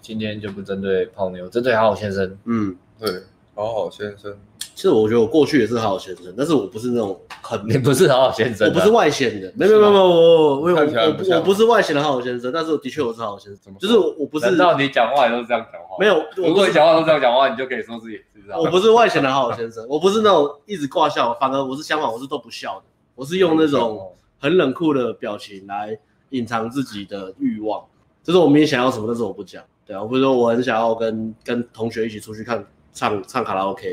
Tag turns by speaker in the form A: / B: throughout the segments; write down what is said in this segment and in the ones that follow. A: 今天就不针对泡妞，针对好好先生。
B: 嗯，
C: 对，好好先生，
B: 其实我觉得我过去也是好好先生，但是我不是那种很，
A: 你不是好好先生、
B: 我
A: 啊，
B: 不是外显的，没有没有没有，我我我我
C: 看起来很不
B: 我
C: 像
B: 我不是外显的好好先生，但是我的确我是好好先
C: 怎
B: 生
C: 么，
B: 就是我我不
A: 不
B: 是
A: 难道你讲话也都是这样讲话？
B: 没有，我
A: 如
B: 不
A: 果你
B: 是哦
A: 讲话都这样讲话，你就可以说自己是这样。
B: 我不是外显的好好先生，我不是那种一直挂笑，反而我是相反，我是都不笑的，我是用那种很冷酷的表情来隐藏自己的欲望，就是我明明想要什么，但是我不讲。对啊，我不是说我很想要跟跟同学一起出去看唱唱卡拉 OK，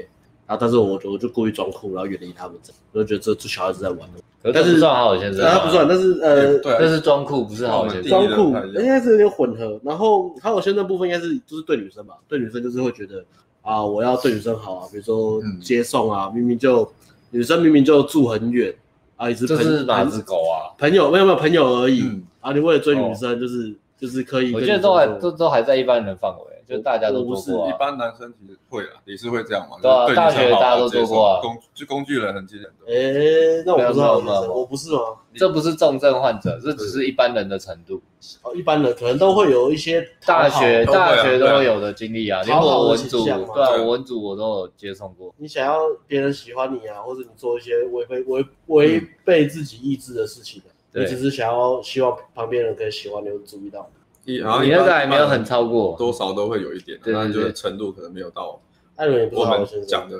B: 然后但是我就我就故意装酷，然后远离他们，这样我就觉得这这小孩子在玩的。
A: 可
B: 但
A: 是
B: 是
A: 不算好好先生、
B: 对啊，他不算，，但是
C: 对
B: 呃，
C: 对啊，
A: 这是装酷，不是好好先
C: 对
A: 生
C: 装。
B: 装酷
C: 第一个
B: 应该是有点混合。然后还有现在部分应该是就是对女生吧，对女生就是会觉得啊，我要对女生好啊，比如说
C: 嗯
B: 接送啊，明明就女生明明就住很远啊，一直
A: 这
B: 朋
A: 是哪只
B: 朋
A: 狗啊？
B: 朋友没有没有朋友而已、
C: 嗯
B: 啊，你为了追女生就是、就是可以
A: 我
B: 跟女
A: 觉得
B: 生
A: 都
B: 说，
A: 还都都还在一般人范围，就大家都做
B: 我我不是
A: 过
C: 一
A: 啊。
C: 般男生其实会啦，也是会这样嘛。
A: 对啊
C: 就是女生
A: 大学
C: 好
A: 大家都
C: 接受
A: 做过啊
C: 工就工具人很基本的。
B: 哎、那我不知道，
A: 没有没有没有
B: 我不是吗？
A: 这不是重症患者，这只是一般人的程度。
B: 哦，一般人可能都会有一些
A: 大
B: 讨好
A: 学
C: 都会啊
A: 大学都会有的经历啊，
B: 对
A: 连
B: 啊
A: 我文
B: 讨
A: 组，
B: 好的倾向嘛
A: 对啊，
C: 对
A: 我文组我都有接送过。
B: 你想要别人喜欢你啊，或者你做一些违背违违
C: 嗯
B: 背自己意志的事情、啊
A: 对
B: 你只是想要希望旁边人可以喜欢你，或者注意到你。
C: 一然后
A: 你
C: 一般
A: 那个还没有很超过，
C: 多少都会有一点啊，
A: 对对
C: 但就
A: 对
C: 是程度可能没有到
B: 艾伦也不
C: 我
B: 是好
C: 们
B: 先生
C: 讲，的，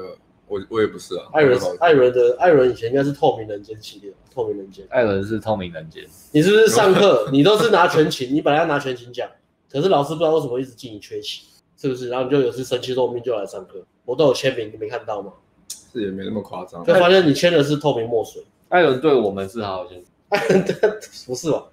C: 我我也不是啊。
B: 艾伦
C: 我也不
B: 艾伦的艾伦以前应该是透明人间系列吧，透明人间。
A: 艾伦是透明人间，
B: 你是不是上课你都是拿全勤，你本来要拿全勤奖，可是老师不知道为什么一直记你缺席，是不是？然后你就有次生气说我明天就来上课，我都有签名，你没看到吗？
C: 好是也没那么夸张
B: 就。发现你签的是透明墨水，
A: 艾伦哎对我们是好好先生。
B: 不是吧？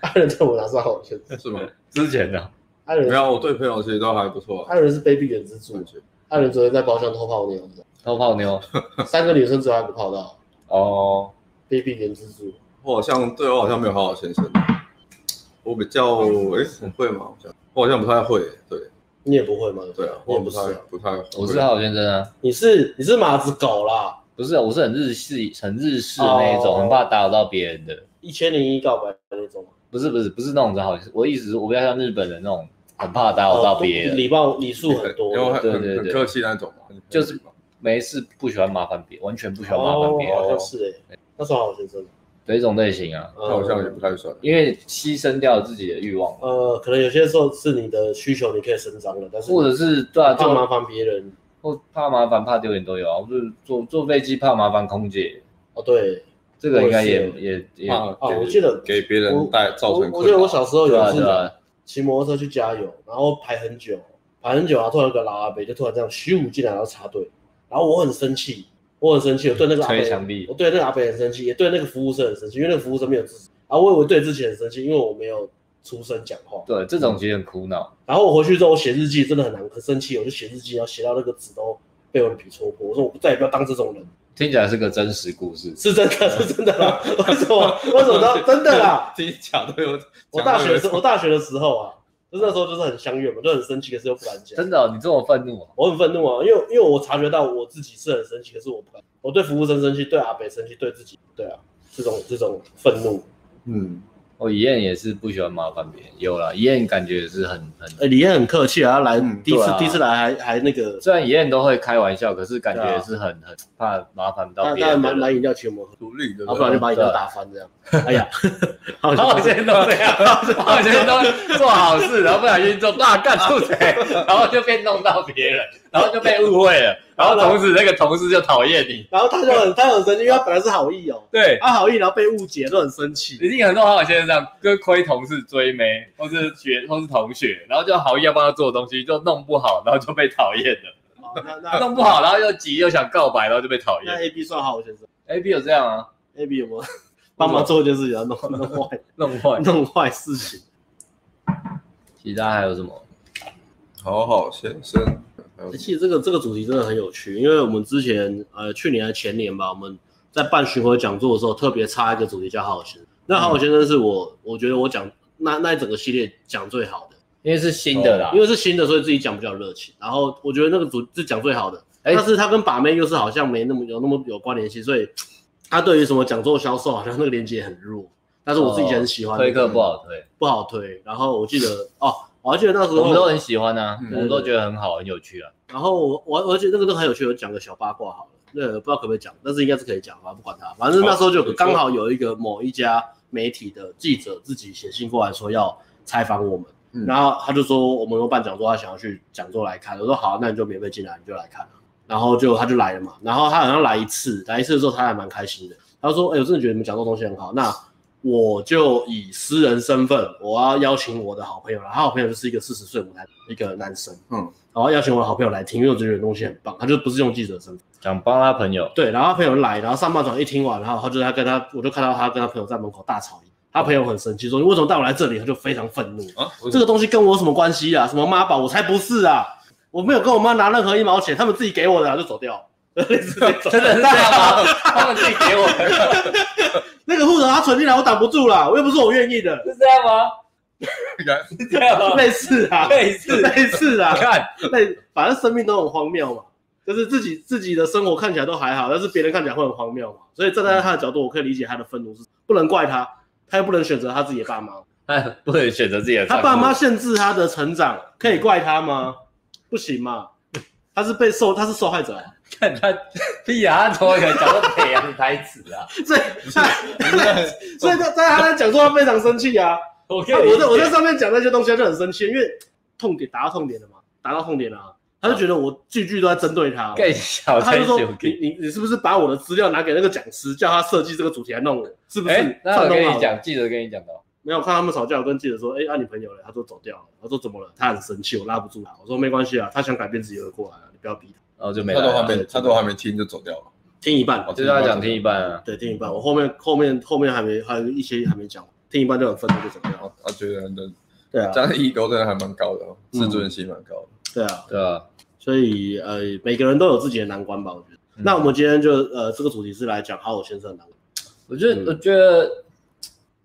B: 艾伦对我拿上好先生，
C: 是吗？
A: 之前的
B: 艾伦
C: 没有，我啊对朋友其实都还不错啊。
B: 艾伦是卑鄙远之助
C: 感，觉
B: 艾伦昨天在包厢偷泡妞，你知 道
A: 偷泡妞
B: 吗三个女生只有他不泡到，
A: 哦，
B: 卑鄙远之助。
C: 我好像对我好像没有好好先生，我比较哎，我会吗？好像我好像不太会。对
B: 你也不会吗？
C: 对啊，
B: 你也
C: 我
B: 不
C: 不
B: 是
C: 太
B: 啊，
C: 不太会。
A: 我是好好先生啊，
B: 你是你是马子狗啦，
A: 不是啊，我是很日式很日式那一种，
B: 哦
A: 很怕打扰到别人的。
B: 一千零一告白那种嘛，
A: 不是不是不是那种好先生，我意思是我比较像日本人那种，很怕打扰到别人，
B: 哦礼貌礼数很多
C: 因为很
A: 对
C: 很
A: 对对
C: 很客气那种嘛，
A: 就是没事不喜欢麻烦别，完全不喜欢麻烦别人，
B: 哦
A: 哦
B: 好像是哎，那算好学生，
A: 的一种类型啊。
C: 那好像也
B: 嗯
C: 不太算。
A: 因为牺牲掉了自己的欲望，
B: 呃，可能有些时候是你的需求，你可以伸张了，但是
A: 或者是对啊，
B: 怕麻
A: 做
B: 烦别人
A: 或怕麻烦、怕丢脸都有啊。我就是坐坐飞机怕麻烦空姐，
B: 哦，对，
A: 这个应该
B: 或
A: 也
B: 者是
A: 也也
C: 怕
B: 哦
C: 给
B: 我记得
C: 给别
B: 我
C: 人带造
B: 我
C: 成困扰。
B: 我记得我小时候
A: 对
B: 有
A: 啊
B: 一
A: 对
B: 次
A: 啊，
B: 骑摩托车去加油，然后排很久，排很久啊，突然有个老阿伯就突然这样咻进来，然后插队，然后我很生气，我很生气，我对那个阿
A: 捶墙壁
B: 伯，我对那个阿伯很生气，也对那个服务生很生气，因为那个服务生没有制止，然后我以为对自己很生气，因为我没有出声讲话，
A: 对这种其实很苦恼。
B: 然后我回去之后我写日记真的很难，很生气，我就写日记，然后写到那个纸都被我的笔戳破，我说我再也不要当这种人，
A: 听起来是个真实故事，
B: 是真的，是真的啦， 为什么？为什么呢？啊真的啦。
C: 听你讲都有。
B: 我大学的时
C: 讲
B: 候，我大学的时候啊，就那时候就是很相怨嘛，就很生气，可是又不敢讲。
A: 真的哦、你这么愤怒哦、
B: 我很愤怒啊，因为因为我察觉到我自己是很生气，可是我不敢。我对服务生生气，对阿北生气，对自己，对啊，这种这种愤怒。
C: 都有嗯，
A: 我一燕哦也是不喜欢麻烦别人，有啦，一燕感觉也是很很，
B: 哎、李艳很客气啊，来、
C: 嗯
B: 第一次、
A: 对啊
B: 第一次来还还那个，
A: 虽然一燕都会开玩笑，可是感觉
B: 对啊
A: 也是很很怕麻烦到
B: 他
A: 别
B: 他
A: 人
B: 买
A: 的人。
B: 买饮料请
A: 啊
B: 我们喝，
C: 独立的
B: 然后不然就把饮料打翻这 样。哎呀，好
A: 好像都这样，好像都做好事，然后不小心做 啊干出谁，然后就被弄到别人，然后就被误会了，然后从此那个同事就讨厌你。
B: 然后他就很他很生气，因为他本来是好意哦、
A: 对，
B: 他好意，然后被误解，就很生气。
A: 一定很多好好先生这样，跟亏同事追妹，或是学，或是同学，然后就好意要帮他做的东西，就弄不好，然后就被讨厌了；
B: 好那那
A: 弄不好，然后又急又想告白，然后就被讨
B: 那
A: 厌。
B: A B 算好学生
A: A B 有这样啊，
B: ，A B 有没有帮忙做一件事情，然 后弄弄坏
A: 弄坏。
B: 弄坏事情？
A: 其他还有什么？
C: 好好先生，还有
B: 欸 其实这个这个主题真的很有趣，因为我们之前呃去年还前年吧，我们在办巡回讲座的时候，特别插一个主题叫好好先生。那好好先生是我、我觉得我讲那那一整个系列讲最好的，
A: 因为是新的啦，
B: 因为是新的，所以自己讲比较热情。然后我觉得那个主是讲最好的，
A: 哎
B: 但是他跟把妹又是好像没那么有那么有关联性，所以他对于什么讲座销售好像那个连接很弱。但是我自己很喜欢、
A: 哦推客不好推，
B: 不好推。然后我记得哦，我还记得那时
A: 我们都
B: 候，
A: 很喜欢啊，
C: 嗯
A: 我们都觉得很好，很有趣啊。
B: 然后我我而且那个都很有趣，我讲个小八卦好了，那个不知道可不可以讲，但是应该是可以讲吧，不管它，反正那时候就
C: 好没错
B: 刚好有一个某一家媒体的记者自己写信过来说要采访我们。
C: 嗯
B: 然后他就说我们有办讲座，他想要去讲座来看。我说好，那你就免费进来，你就来看啊。然后就他就来了嘛。然后他好像来一次，来一次的时候他还蛮开心的。他说：“哎、我真的觉得你们讲这东西很好，那我就以私人身份，我要邀请我的好朋友来。他好朋友就是一个四十岁舞台一个男生，
C: 嗯
B: 然后邀请我的好朋友来听，因为我觉得这东西很棒。他就不是用记者身份。”
A: 想帮他朋友，
B: 对，然后他朋友来，然后上半场一听完，然后他就他跟他，我就看到他跟他朋友在门口大吵一架，他朋友很生气，说你为什么带我来这里？他就非常愤怒，
C: 啊，
B: 这个东西跟我有什么关系啊？什么妈宝，我才不是啊！我没有跟我妈拿任何一毛钱，他们自己给我的、啊，就走掉。 类似这种
A: 真的是这样吗？ 他们自己 给我的，
B: 那个户头他存进来，我挡不住啦，我又不是我愿 意的，
A: 是这样吗？
C: 然
A: 是这样吗？
B: 类似啊，
A: 类似
B: 类似啊，
A: 看，
B: 类反正生命都很荒谬嘛，就是自己自己的生活看起来都还好，但是别人看起来会很荒谬嘛。所以站在他的角度，我可以理解他的愤怒是不能怪他，他又不能选择他自己的爸妈，
A: 他哎不能选择自己的。
B: 他爸妈，限制他的成长，可以怪他吗？不行嘛，他是被受他是受害者啊，
A: 看他屁啊，他怎么可能讲到北洋台词啊？
B: 所以他所以他在他在讲说他非常生气啊。
A: 我
B: 他我在我在上面讲那些东西，他就很生气，因为痛点打到痛点了嘛，打到痛点了、啊，他就觉得我句句都在针对他。
A: 更小
B: 他就
A: 声
B: 说
A: 一
B: 你
A: 点。
B: 你你是不是把我的资料拿给那个讲师，叫他设计这个主题来弄我？是不是？
A: 哎，那
B: 串
A: 我
B: 通
A: 跟
B: 好
A: 你
B: 的，
A: 讲，记者跟你讲的哦，
B: 没有我看他们吵架，我跟记者说，哎、啊你朋友嘞？他说走掉了。我说怎么了？他很生气，我拉不住他。我说没关系啊，他想改变自己会过来啊，你不要逼他。
A: 然哦后就没
C: 他都还
A: 了。
C: 没，他都还没听就走掉了。
B: 听一半，
C: 哦
A: 就是他讲听一半啊，
B: 对，听一半。我后面后面后面还没还有一些还没讲，听一半就很愤怒就走掉了。
C: 哦，他觉得的，
B: 对啊
C: 这，样 ego 真的还蛮高的哦，
B: 嗯
C: 自尊心蛮高的。
B: 对啊，
A: 对吧？
B: 所以呃，每个人都有自己的难关吧，我觉得。
A: 嗯
B: 那我们今天就呃，这个主题是来讲好友先生的难关。
A: 我觉
B: 嗯
A: 得，我觉得，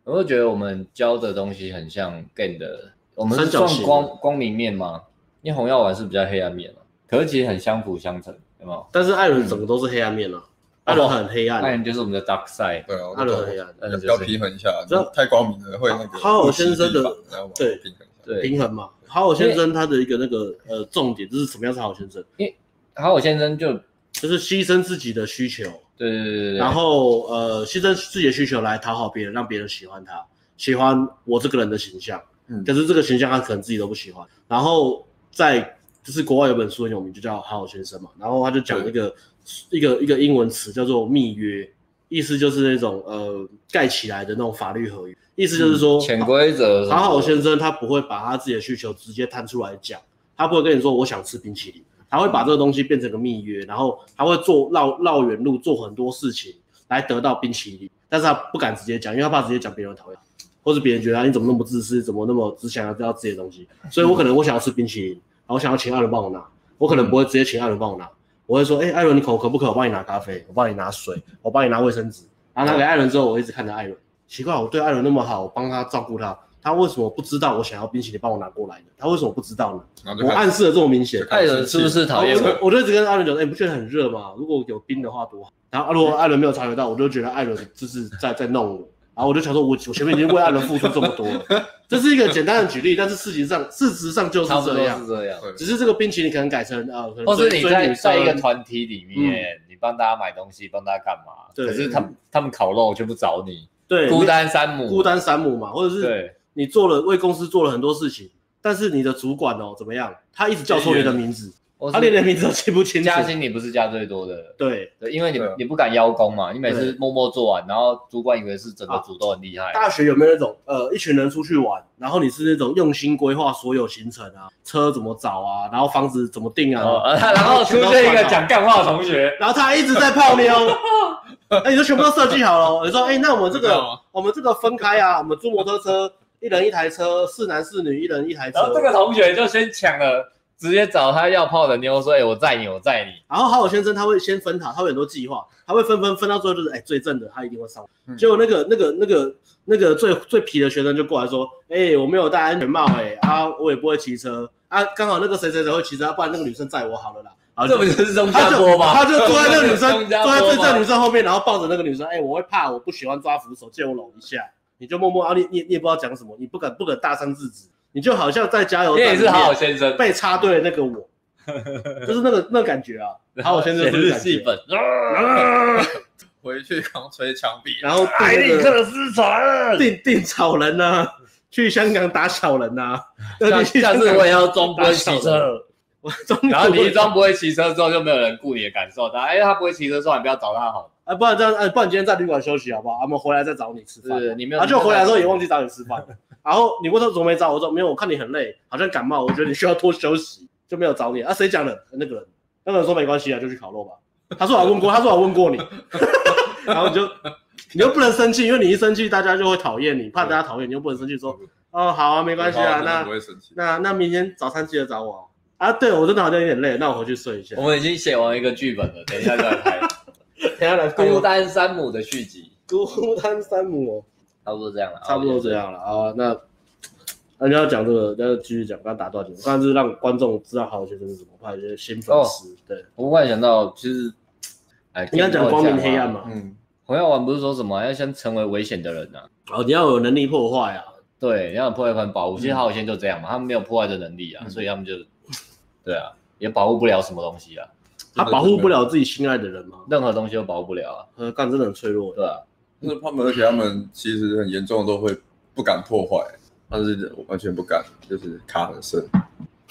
A: 我会觉得我们教的东西很像 Gan 的，我们
B: 三
A: 是
B: 角
A: 算
B: 形
A: 光光明面吗？因为红药丸是比较黑暗面嘛，可是其实很相辅相成，有没有？
B: 但是艾伦整个都是黑暗面了、啊
A: 嗯
B: 艾
A: 哦
B: 伦很黑暗，
A: 那人就是我们的 dark side，
C: 对啊，我
B: 艾
C: 懂
B: 伦
A: 哦
B: 很黑暗。
A: 那人
C: 要
A: 就
C: 平
A: 是
C: 衡一下
B: 这样，
C: 太光明了会那个。
B: 好好啊先生的，
C: 然后
B: 对
C: 平衡一下。
A: 对。
B: 平衡嘛。好好先生他的一个那个呃重点就是什么样是好先生，
A: 好，我先生就
B: 就是牺牲自己的需求，
A: 对对对对对，
B: 然后呃牺牲自己的需求来讨好别人，让别人喜欢他，喜欢我这个人的形象。
C: 嗯
B: 可是这个形象他可能自己都不喜欢。然后在就是国外有本书很有名，就叫《好好先生》嘛，然后他就讲一个一个一个英文词叫做密约，意思就是那种呃盖起来的那种法律合约，意思就是
A: 嗯
B: 说
A: 潜规则什么的，
B: 好好先生他不会把他自己的需求直接摊出来讲，他不会跟你说我想吃冰淇淋，他会把这个东西变成个密约，然后他会做绕绕远路做很多事情来得到冰淇淋，但是他不敢直接讲，因为他怕直接讲别人会讨厌，或是别人觉得、啊、你怎么那么自私，怎么那么只想要知道自己的东西，所以我可能我想要吃冰淇淋，然后我想要请艾伦帮我拿，我可能不会直接请艾伦帮我拿，我会说，哎、艾伦你口渴不渴？我帮你拿咖啡，我帮你拿水，我帮你拿卫生纸。然后拿给艾伦之后，我一直看着艾伦，奇怪，我对艾伦那么好，我帮他照顾他，他为什么不知道我想要冰淇淋帮我拿过来呢？他为什么不知道呢？
C: 然后
B: 我
C: 就开
B: 暗
C: 始
B: 示的这么明显，
A: 艾伦是不是讨厌
B: 我
A: 我？
B: 就我就一直跟艾伦讲，哎、你不觉得很热吗？如果有冰的话多好。然后、啊如果艾伦没有察觉到，我就觉得艾伦就是在在弄我。然后我就想说我，我前面已经为艾伦付出这么多了， 这是一个简单的举例，但是事实上事实上就是
A: 差不多
B: 这样
A: 是。这样，
B: 只是这个冰淇淋可能改成呃，可能
A: 或是
B: 追
A: 你在
B: 追女生嗯
A: 在一个团体里面，你帮大家买东西，帮大家干嘛？
B: 对
A: 可是他们他们烤肉就不找你，
B: 对
A: 孤单山姆，
B: 孤单山姆嘛，或者是
A: 对，
B: 你做了为公司做了很多事情，但是你的主管哦怎么样，他一直叫错你的名字，
A: 或
B: 他连你
A: 是
B: 的名字都记不清楚。
A: 加薪你不是加最多的，
B: 对，
A: 对，因为你
C: 对啊
A: 你不敢邀功嘛，你每次
B: 对
A: 默默做完，然后主管以为是整个组都很厉害，
B: 大学有没有那种呃一群人出去玩，然后你是那种用心规划所有行程啊，车怎么找啊，然后房子怎么定啊，
A: 哦，啊然后出现一个讲干话的同学，
B: 然后他一直在泡妞，
A: 哦
B: 哎，你都全部都设计好了哦，你说哎、那我们这
C: 知道
B: 个
C: 吗
B: 我们这个分开啊，我们租摩托车，一人一台车，四男四女一人一台车
A: 然。后这个同学就先抢了，直接找他要泡的妞说，哎，我载你，我载你，
B: 然后好友先生他会先分他，他会很多计划，他会分分分到最后就是哎最正的他一定会上。
C: 嗯
B: 结果那个那个那个那个最最皮的学生就过来说，哎、我没有戴安全帽哎、啊我也不会骑车啊，刚好那个谁谁谁会骑车，啊不然那个女生载我好了啦。然后
A: 这
B: 就
A: 不就是中
B: 他
A: 家
B: 就
A: 波吗？
B: 他就坐在那个女 生
A: 中家
B: 坐
A: 波吗
B: 在最正的女生后面，然后抱着那个女生，哎、我会怕，我不喜欢抓扶手，借我搂一下。你就默默啊，你你你也不知道讲什么，你不敢不敢大声制止，你就好像在加油
A: 你
B: 站
A: 也是
B: 里面
A: 好好先生，
B: 被插队的那个 我，就是那个那个感觉啊，好好先生
A: 写
B: 的
A: 日
B: 感
A: 记
B: 觉。
A: 本，
C: 回去刚吹墙壁，
B: 然后
A: 艾
B: 对
A: 利
B: 那
A: 克
B: 个
A: 斯城。
B: 定定草人呐、去香港打小人呐、要
A: 下
B: 你去
A: 下
B: 香
A: 次
B: 港
A: 我也要装不
B: 打
A: 会
B: 小
A: 骑车，
B: 人。 我终于
A: 然后你一装不会骑车之后，就没有人顾你的感受。他哎，他不会骑车，算了，不要找他好。
B: 啊，不然这样，啊，不然你今天在旅馆休息好不好？啊我们回来再找你吃饭。
A: 是，你没有。
B: 然后啊就回来之后也忘记找你吃 饭，然后你问他怎么没找我，我说没有，我看你很累，好像感冒，我觉得你需要多休息，就没有找你。啊，谁讲的？那个人，那个人说没关系啊，就去烤肉吧。他说我问过，他说我问过你，然后你就你又不能生气，因为你一生气大家就会讨厌你，怕大家讨厌你，又不能生气说哦好啊，没关系啊，那
C: 不会生气。
B: 那那明天早餐记得找我哦啊。对我真的好像有点累，那我回去睡一下
A: 我。们已经写完一个剧本了，等一下就要 拍《
B: 等下
C: 哎
B: 来
A: 孤
B: 孤单
A: 单山姆》的续集，
B: 孤单山姆哦，
A: 差不多这样了。
B: 差不多这。样了啊。那那你要讲这个，那就继续讲，不要打断你。我刚才是让观众知道好学生是什么，怕有些新粉丝。对，
A: 我忽然想到，其实，哎，
B: 你要讲光明黑暗嘛？
C: 嗯，
A: 洪耀文不是说什么要先成为危险的人啊？
B: 哦，你要有能力破坏啊。
A: 对，要有破坏跟保护。其实好先就这
B: 嗯
A: 样嘛，他们没有破坏的能力啊，
C: 嗯
A: 所以他们就，对啊，也保护不了什么东西啊，
B: 他保护不了自己心爱的人吗？
A: 任何东西都保护不了啊，
B: 呃，干真的很脆弱。
A: 对 啊。
C: 就是他们，而且他们其实很严重的都会不敢破坏，但是完全不敢，就是卡很深。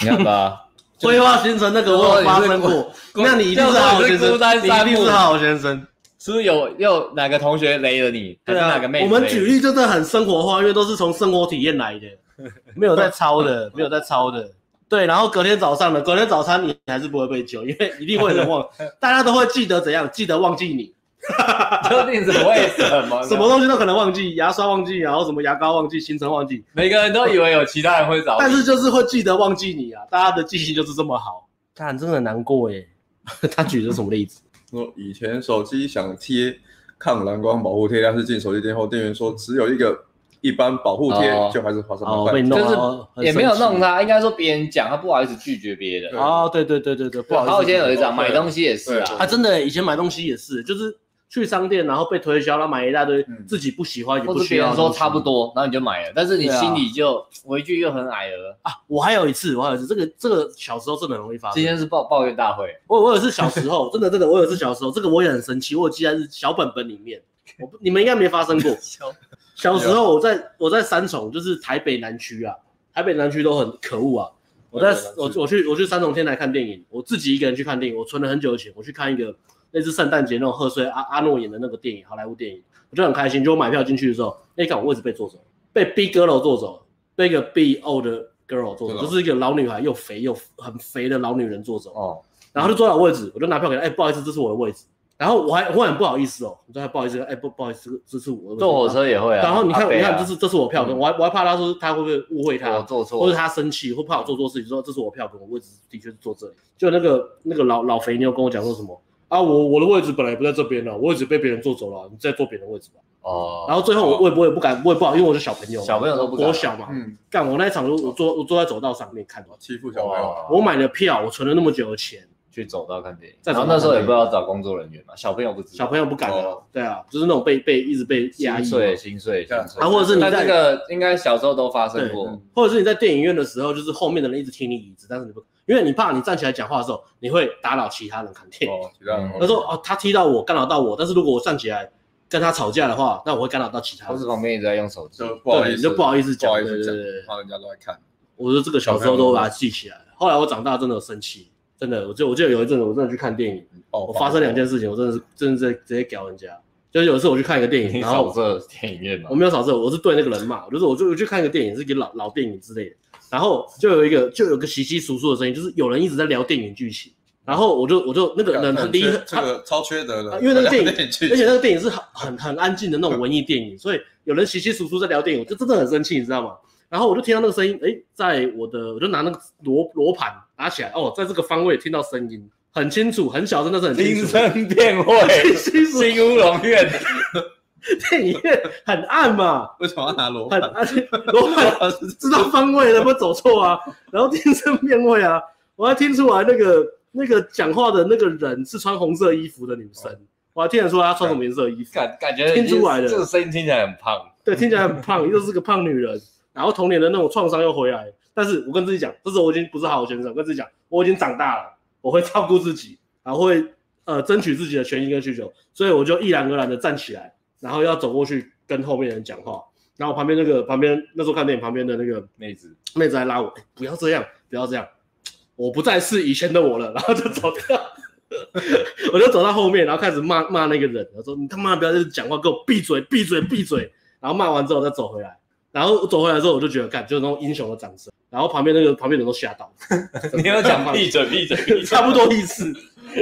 A: 你看吧，
B: 规划行啊程那个我有发生过， 那你一定 是好学
A: 就是
B: 生，
A: 孤单
B: 你
A: 山
B: 一
A: 姆
B: 定是好学生。
A: 是不是有有哪个同学雷了你？还
B: 对
A: 是
B: 啊
A: 哪个妹，子
B: 我
A: 雷了你？
B: 们举例真的很生活化，因为都是从生活体验来的，没有在抄的，没有在抄的。对，然后隔天早上呢，隔天早餐你还是不会被救，因为一定会有人忘，大家都会记得怎样，记得忘记你，
A: 究竟是为什么呢？
B: 什么东西都可能忘记，牙刷忘记，然后什么牙膏忘记，行程忘记，
A: 每个人都以为有其他人会找你，
B: 但是就是会记得忘记你啊，大家的记性就是这么好，看真的很难过耶。 他举的是什么例子？
C: 说以前手机想贴抗蓝光保护贴，但是进手机店后，店员说只有一个一般保护贴
A: 哦，
C: 就还是花三百
B: 哦，被
C: 块。
B: 弄
A: 就是
B: 了，
A: 也没有弄
B: 他。
A: 他，应该说别人讲他不好意思拒绝别人。
B: 哦，对对对对对，不好意思，
A: 好，我今天有一张
C: 对
A: 买东西也是
C: 对
A: 啊，
B: 啊，真的，以前买东西也是，就是去商店，然后被推销，然后买一大堆
C: 嗯
B: 自己不喜欢也
A: 或
B: 不
A: 是
B: 需
A: 别
B: 要的
A: 人
B: 东西。
A: 说差不多，然后你就买了，但是你
B: 对啊
A: 心里就回去又很矮额。
B: 啊，我还有一次，我还有一次，这个这个小时候真的很容易发
A: 啊今
B: 生。
A: 天是抱抱怨大会，
B: 我我有一次小时候，真的真的，我有一次小时候，这个我也很生气，我有记在日小本本里面。我不，你们应该没发生过。小
C: 啊
B: 时候我在我在三重，就是台北南区啊，台北南区都很可恶啊。我在
C: 台北南区
B: 我我去我去三重天台看电影，我自己一个人去看电影，我存了很久的钱，我去看一个类似圣诞节那种贺岁阿阿诺演的那个电影，好莱坞电影，我就很开心。就我买票进去的时候，那一看我位置被坐走了，被 B girl 坐走了，被一个 B O 的 girl 坐走，
C: 对啊
B: 就是一个老女孩，又肥又很肥的老女人坐走。
A: 哦，
B: 然后就坐到我位置，我就拿票给他，哎、不好意思，这是我的位置。然后我还我很不好意思哦，我说哎不好意思，哎、不不好意思，这是我的位置。
A: 坐火车也会啊。
B: 然后你看，
A: 阿
B: 你
A: 北啊
B: 看，这是这是我票根，
C: 嗯
B: 我还我还怕他说他会不会误会
A: 我
B: 他，
A: 坐错
B: 或者
A: 了，
B: 他生气，或怕我做错事情，说这是我票根，我位置的确是坐这里。就那个那个老老肥妞跟我讲说什么啊，我我的位置本来也不在这边了，我位置被别人坐走了，你再坐别人的位置吧。
A: 哦，
B: 然后最后我我也不我也不敢，我也不好，因为我是小朋友嘛，
A: 小朋友都不敢
B: 我小嘛，
C: 嗯，
B: 干我那一场我我坐我坐在走道上面看，
C: 欺负小朋友，
A: 哇
B: 我买了票，我存了那么久的钱，
A: 哦去走到看电影，
B: 再
A: 然
B: 走
A: 后
B: 到
A: 那时候也不知道找工作人员嘛，小朋友不知道，
B: 小朋友不敢啊
C: 哦，
B: 对啊，就是那种被被一直被压
A: 心
B: 抑嘛，
A: 碎心碎心碎。
B: 啊，或者是你
A: 但
B: 在
A: 这个应该小时候都发生过
C: 对，
B: 或者是你在电影院的时候，就是后面的人一直踢你椅子，但是你不，因为你怕你站起来讲话的时候，你会打扰其他人看电影。
C: 哦，其他人
A: 嗯
B: 他说哦，他踢到我，干扰到我，但是如果我站起来跟他吵架的话，那我会干扰到其他
A: 或
B: 人
A: 是。旁边一直在用手机。
C: 就不好
B: 对，
C: 意
B: 你
C: 思，
B: 就不好意思讲，
C: 不好
B: 对
C: 意
B: 对
C: 思
B: 对
C: 讲
B: 对，
C: 怕人家都在看。
B: 我说这个小时候都把它记起来。后来我长大真的有生气，真的，我就我记得有一阵子我真的去看电影，
C: 哦
B: 我发生两，件事情，我真的是真的是直接屌人家。就是有一次我去看一个电影，
A: 你
B: 然后
A: 扫射电影院嘛哦
B: 我？没有扫射，我是对那个人骂，就是我就我去看一个电影，是一个老老电影之类的，然后就有一个就有个稀稀疏疏的声音，就是有人一直在聊电影剧情，然后我就我就那个人很离
C: 啊这
B: 他，啊
C: 个超缺德的，
B: 因为 那个电影
C: 而
B: 而且那个电影是很很很安静的那种文艺电影，所以有人稀稀疏疏在聊电影，我就真的很生气，你知道吗？然后我就听到那个声音，诶，在我的我就拿那个罗罗盘拿起来，哦，在这个方位听到声音，很清楚，很小声，但是很清楚。
A: 声 辨位
B: 稀疏
A: 新乌龙院，
B: 电影院很暗嘛，
C: 为什么要拿罗
B: 很
C: 盘？
B: 而且罗盘知道方位了，不会走错啊， 然后听声辨位啊，我还听出来那个那个讲话的那个人是穿红色衣服的女生，我还听得出来她穿什么颜色的衣服，
A: 感感觉已经
B: 听出来了
A: 这个声音听起来很胖，
B: 对，听起来很胖，又是个胖女人，然后童年的那种创伤又回来。但是我跟自己讲，这时候我已经不是好学生，我跟自己讲，我已经长大了，我会照顾自己，然后会呃争取自己的权益跟需求，所以我就毅然而然的站起来，然后要走过去跟后面人讲话。然后旁边那个旁边那时候看电影旁边的那个
A: 妹子，
B: 妹子还拉我，哎不要这样，不要这样，我不再是以前的我了，然后就走掉， 我就走到后面，然后开始骂骂那个人，我说你他妈不要在这讲话，给我闭嘴，闭嘴，闭嘴，然后骂完之后再走回来，然后走回来之后我就觉得，干就是那种英雄的掌声，然后旁边那个旁边人都吓到，
A: 你有讲闭嘴闭嘴闭嘴，
B: 差不多意思，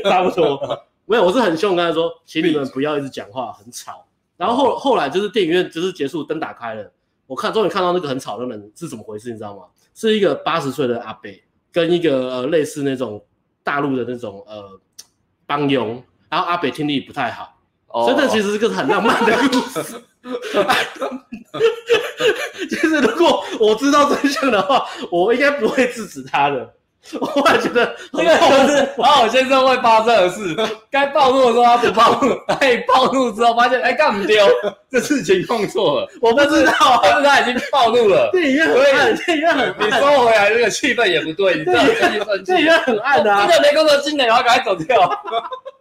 B: 差不多。没有，我是很凶，跟他说，请你们不要一直讲话，很吵。然后后后来就是电影院就是结束，灯打开了，我看终于看到那个很吵的人是怎么回事，你知道吗？是一个八十岁的阿伯跟一个呃类似那种大陆的那种呃帮佣，然后阿北听力不太好，
A: 哦
B: 所以这其实是个很浪漫的故事。 其实如果我知道真相的话，我应该不会制止他的。 我忽然觉得
A: 这
B: 很
A: 个
B: 后
A: 就是哦好好先生会发生的 事。该暴怒的时候他不暴怒，他一暴怒之后发现哎干不丢，这事情弄错 了。
B: 我不知道啊，
A: 但是他已经暴怒了，
B: 电影院很暗，电影院很
A: 你
B: 暗，
A: 收回来这个气氛也不对，你这样自己生气
B: 电影。院很暗啊
A: 真。的没工作进来，然后赶快走 掉。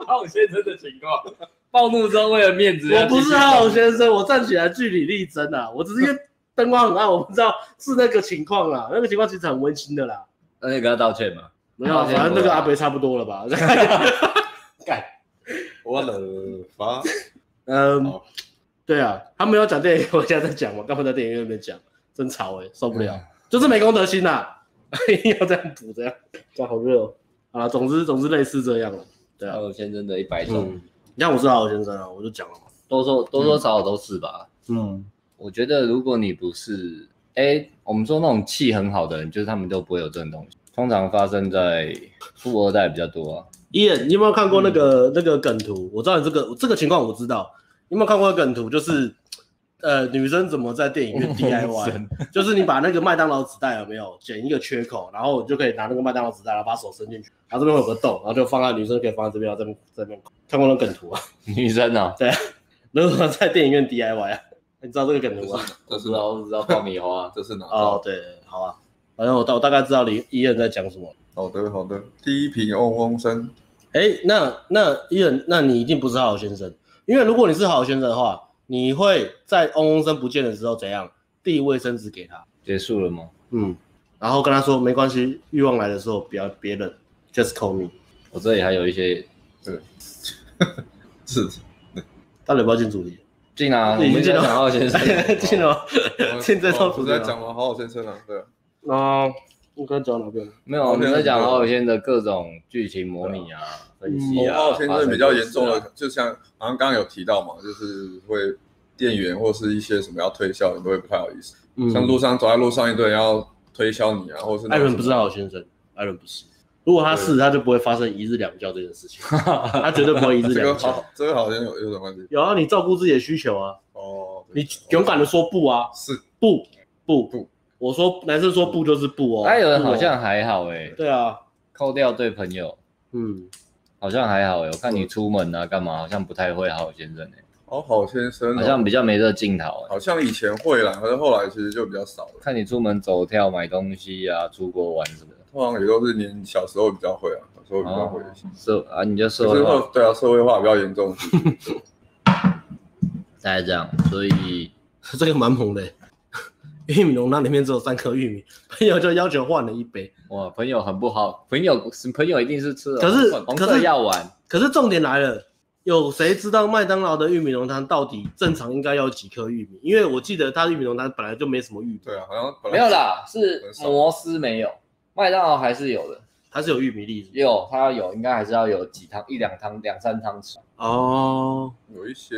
A: 好先生的情况，暴怒之后为了面子，
B: 我不是浩先生，我站起来据理力争啊，我只是因为灯光很暗，我不知道是那个情况啊，那个情况其实很温馨的啦。
A: 那你跟他道歉嘛？
B: 没有，啊反正那个阿北差不多了吧？
C: 我了发，
B: 嗯
C: 好，
B: 对啊，他们要讲电影，我现在在讲嘛，刚才在电影院那边讲，真吵哎、受不了，就是没公德心呐、啊 一定要这样补这样，这样好热哦。好了，总之总之类似这样了，对啊，
A: 浩先生的一百种，
B: 嗯，你看我是浩先生啊，我就讲了嘛，
A: 多多多多少少都是吧。
B: 嗯，
A: 我觉得如果你不是，哎、我们说那种气很好的人，就是他们都不会有这种东西，通常发生在富二代比较多啊。
B: 伊眼，你有没有看过那个、那个梗图？我知道你这个这个情况我知道，你有没有看过梗图？就是呃，女生怎么在电影院
A: 啊
B: DIY？就是你把那个麦当劳纸袋有没有剪一个缺口，然后你就可以拿那个麦当劳纸袋，然后把手伸进去，然后这边会有个洞，然后就放在女生可以放在这边，然后这边这边看过那个梗图啊？
A: 女生啊，
B: 对啊，如何在电影院 DIY 啊？你知道这个梗图吗？
C: 这是，
A: 知道我知道爆米花啊
C: 这是哪？
B: 哦，对，好啊，反正我大我大概知道李伊人在讲什么。
C: 好的好的，第一瓶嗡嗡声，
B: 哎，那那伊人，那你一定不是好先生，因为如果你是好先生的话，你会在嗡嗡声不见的时候怎样递卫生纸给他，
A: 结束了吗？
B: 嗯，然后跟他说没关系，欲望来的时候不要别忍，just call me。
A: 我这里还有一些
C: 是
B: 到底要不要进主题？
A: 进啊，我
B: 已经
A: 们
B: 进了
A: 讲浩先生 哦
B: 进了吗？进这套
C: 哦我
B: 主
C: 不
B: 题
C: 是在
B: 吗
C: 讲吗？好好先生啊，对啊，
B: 哦，我刚讲哪边？
A: 没有，我们在讲浩先生的各种剧情模拟啊、分析啊。
C: 好哦好先生比较严重
A: 了，
C: 的，就像好像刚刚有提到嘛，就是会店员或是一些什么要推销，你都会不太好意思。
B: 嗯
C: 像路上走在路上，一堆人要推销你啊，或是那
B: 艾
C: 种
B: 伦不是好先生，艾伦不是。如果他是，他就不会发生一日两觉这件事情，他绝对不会一日
C: 这个
B: 两觉
C: 好。，这个好像有有什么关系
B: 有啊，你照顾自己的需求啊，
C: 哦。
B: 你勇敢的说不啊，
C: 是
B: 不不
C: 不，
B: 我说男生说不就是不哦。
A: 哎，有人好
B: 不哦
A: 像还好哎、
B: 对啊，
A: 扣掉对朋友
B: 嗯，
A: 好像还好哎、我看你出门啊干嘛，好像不太会好先生哎、
C: 好好先生哦，
A: 好像比较没这镜头、欸。
C: 好像以前会啦，可是后来其实就比较少了。
A: 看你出门走跳、买东西啊，出国玩什么的，
C: 通常也都是年小时候比较会啊，小时候比较会一些。
A: 社啊，你就社
C: 可
A: 会
C: 是
A: 化
C: 后对啊，社会化比较严重。
A: 大概这样，所以
B: 这个蛮猛的欸。玉米浓汤里面只有三颗玉米，朋友就要求换了一杯。
A: 哇，朋友很不好，朋友朋友一定是吃了
B: 可是
A: 红色红
B: 可是
A: 色药丸，
B: 可是重点来了，有谁知道麦当劳的玉米浓汤到底正常应该要几颗玉米？因为我记得它的玉米浓汤本来就没什么玉米，
C: 对啊，好像本来
A: 没有啦，是
C: 很少
A: 摩斯没有，麦当劳还是有的，
B: 它是有玉米粒是不是。
A: 有它有，应该还是要有几汤一两汤两三汤匙，
B: 哦，
C: 有一些，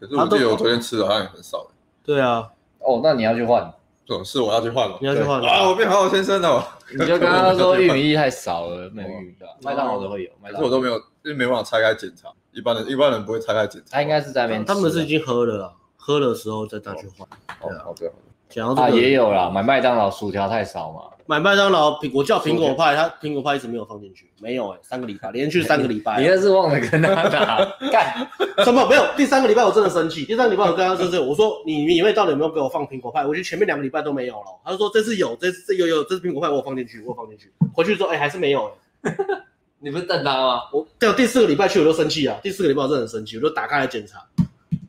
C: 可是我记得我昨天吃的好像也很少。
B: 对啊，
A: 哦，那你要去换，
C: 这种事我要去换了，
B: 你要去换了
C: 对啊！我变好好先生了，
A: 你就跟他说玉米粒太少了，没有玉米粒，麦当劳都会有，麦
C: 可
A: 当
C: 是
A: 劳
C: 我都没有，因为没办法拆开检查。一般人一般人不会拆开检查。
A: 他应该是在那边吃啊，
B: 他们是已经喝了啦，喝的时候再再去换。
C: 哦好好的，好的
B: 讲到
A: 啊，
B: 哦这个，
A: 也有啦，买麦当劳薯条太少嘛，
B: 买麦当劳苹，我叫苹果派，他苹果派一直没有放进去，没有哎、三个礼拜，连续三个礼拜
A: 你，那是忘了跟他 打干，
B: 什么没有？第三个礼拜我真的生气，第三个礼拜我跟他说这，我说你你们到底有没有给我放苹果派？我觉得前面两个礼拜都没有了。他就说这次有，这次这有有，这次苹果派我有放进去，我有放进去，回去之后哎、还是没有、哎
A: 你不是瞪他吗？
B: 我对第四个礼拜去我就生气啊，第四个礼拜我真的很生气，我就打开来检查，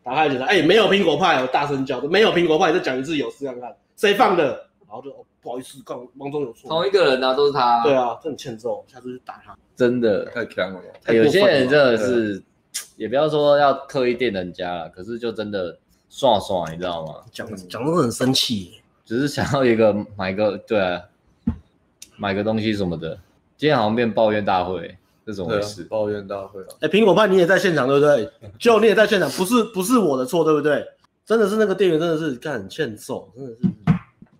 B: 打开来检查，哎、没有苹果派，我大声叫，没有苹果派，再讲一次有试看看，谁放的？然后就、哦、不好意思，刚王总有错
A: 同，一个人啊，都是他。
B: 对啊，这很欠揍，下次去打他。
A: 真的，哎
C: 太强了吧？
B: 太过分了
A: 有些人真的是，也不要说要刻意电人家了，可是就真的爽爽，你知道吗？
B: 讲讲的很生气耶，
A: 只是想要一个买个对啊、买个东西什么的。今天好像变抱怨大会，这种
C: 对
A: 回
C: 啊
A: 事，。
C: 抱怨大会啊！
B: 哎、苹果派你也在现场对不对？就你也在现场，不是不是我的错对不对？真的是那个店员真的是干很欠揍，真的是。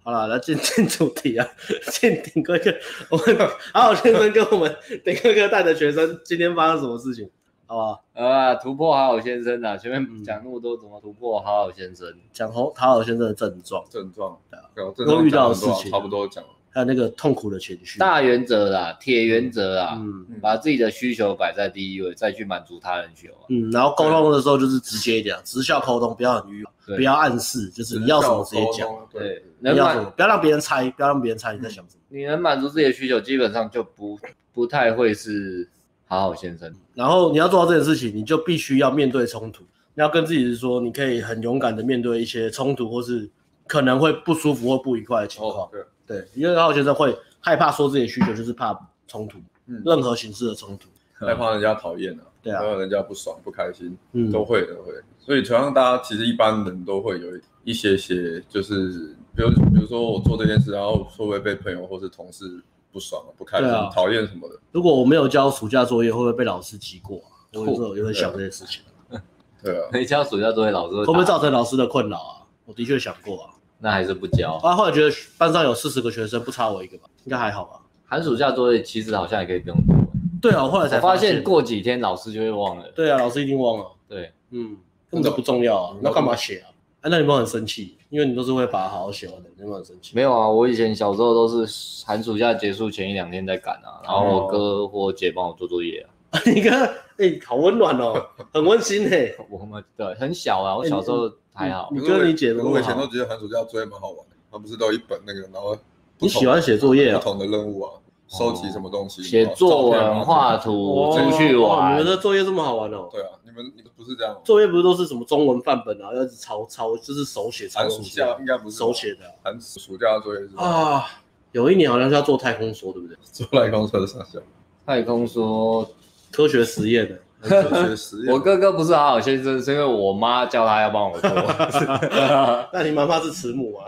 B: 好了，来进进主题啊，进顶哥哥，我们好好先生跟我们顶哥哥带的学生今天发生什么事情，好不好？
A: 啊，突破好好先生啊！前
B: 嗯
A: 面讲那么多怎么突破好好先生，
B: 讲侯塔尔先生的症状，
C: 症状
B: 对啊，
C: 然后症
B: 都
C: 状
B: 遇到
C: 讲
B: 的
C: 很多啊
B: 事情啊
C: 差不多讲了。
B: 还有那个痛苦的情绪。
A: 大原则啦，铁原则啊啦，
B: 嗯
A: 把自己的需求摆在第一位，再去满足他人需求啊。
B: 嗯，然后沟通的时候就是直接一点啊，直效沟通，不要很迂，
A: 对
B: 不要暗示，就是你要什么直接讲，，
C: 对，
A: 对，
B: 不
A: 能
B: 要什么
A: 满
B: 不要让别人猜，不要让别人猜你在想什么。
A: 你能满足自己的需求，基本上就不不太会是好好先生。
B: 然后你要做到这件事情，你就必须要面对冲突，你要跟自己说，你可以很勇敢的面对一些冲突，或是可能会不舒服或不愉快的情况。
C: 哦，对，
B: 对，因为浩先生会害怕说自己的需求，就是怕冲突，
C: 嗯
B: 任何形式的冲突。
C: 害怕人家讨厌啊，
B: 对啊
C: 害怕人家不爽、不开心，
B: 嗯，
C: 都会都会。所以同样，大家其实一般人都会有一些些，就是比如比如说我做这件事，然后会不会被朋友或是同事不爽、不开心
B: 对啊、
C: 讨厌什么的？
B: 如果我没有交暑假作业，会不会被老师记过啊、我有时候也会想这些事情，
C: 对啊，
A: 你教暑假作业老师会
B: 会不会
A: 打
B: 造成老师的困扰啊？我的确想过啊。
A: 那还是不教。
B: 啊，后来觉得班上有四十个学生，不差我一个吧，应该还好吧？
A: 寒暑假作业其实好像也可以不用做，
B: 对啊，我后来才
A: 我发
B: 现
A: 现，过几天老师就会忘了。
B: 对啊，老师一定忘了。
A: 对，
B: 嗯，根本就不重要啊，那干嘛写啊？哎、那你们很生气，因为你都是会把它好好写完的，你们很生气。
A: 没有啊，我以前小时候都是寒暑假结束前一两天在赶啊，然后我哥或我姐帮我做作业啊。
B: 你看，哎、好温暖 哦，很温馨哎、
A: 我们对很小啊，我小时候还好
B: 你。跟你姐
C: 可
B: 都好啊
C: 是我以前都觉得寒暑假作业蛮好玩的，他不是都有一本那个，然后不同
B: 你喜欢写作业
C: 不
B: 啊？
C: 同的任务啊，收集什么东西，
A: 写
C: 然后
A: 作
C: 照片
A: 文、
C: 啊
A: 画。图、
B: 哦
A: 出去
B: 哇
A: 玩
B: 你们，的作业这么好玩哦？
C: 对啊，你们你们不是这样吗？
B: 作业不是都是什么中文范本啊，要一直抄抄，就是手写抄
C: 寒
B: 暑
C: 暑
B: 假
C: 假应该不是吧
B: 手写的
C: 寒暑假作业是
B: 啊
C: 吧
B: 啊。有一年好像是要做太空梭，对不对？
C: 做来公车上 下，
A: 太空说
B: 科学实验的，
C: 科学实验。
A: 我哥哥不是好好先生，是因为我妈叫他要帮我 做。
B: 那你妈妈是慈母啊？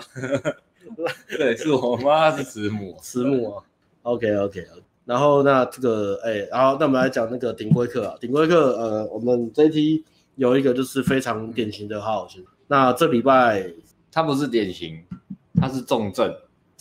A: 对，是我妈是慈母。
B: 慈母啊。OK OK，然后那这个哎、然后那我们来讲那个顶规课啊，顶规课呃，我们这一题有一个就是非常典型的好好先生。那这礼拜
A: 他不是典型，他是重症。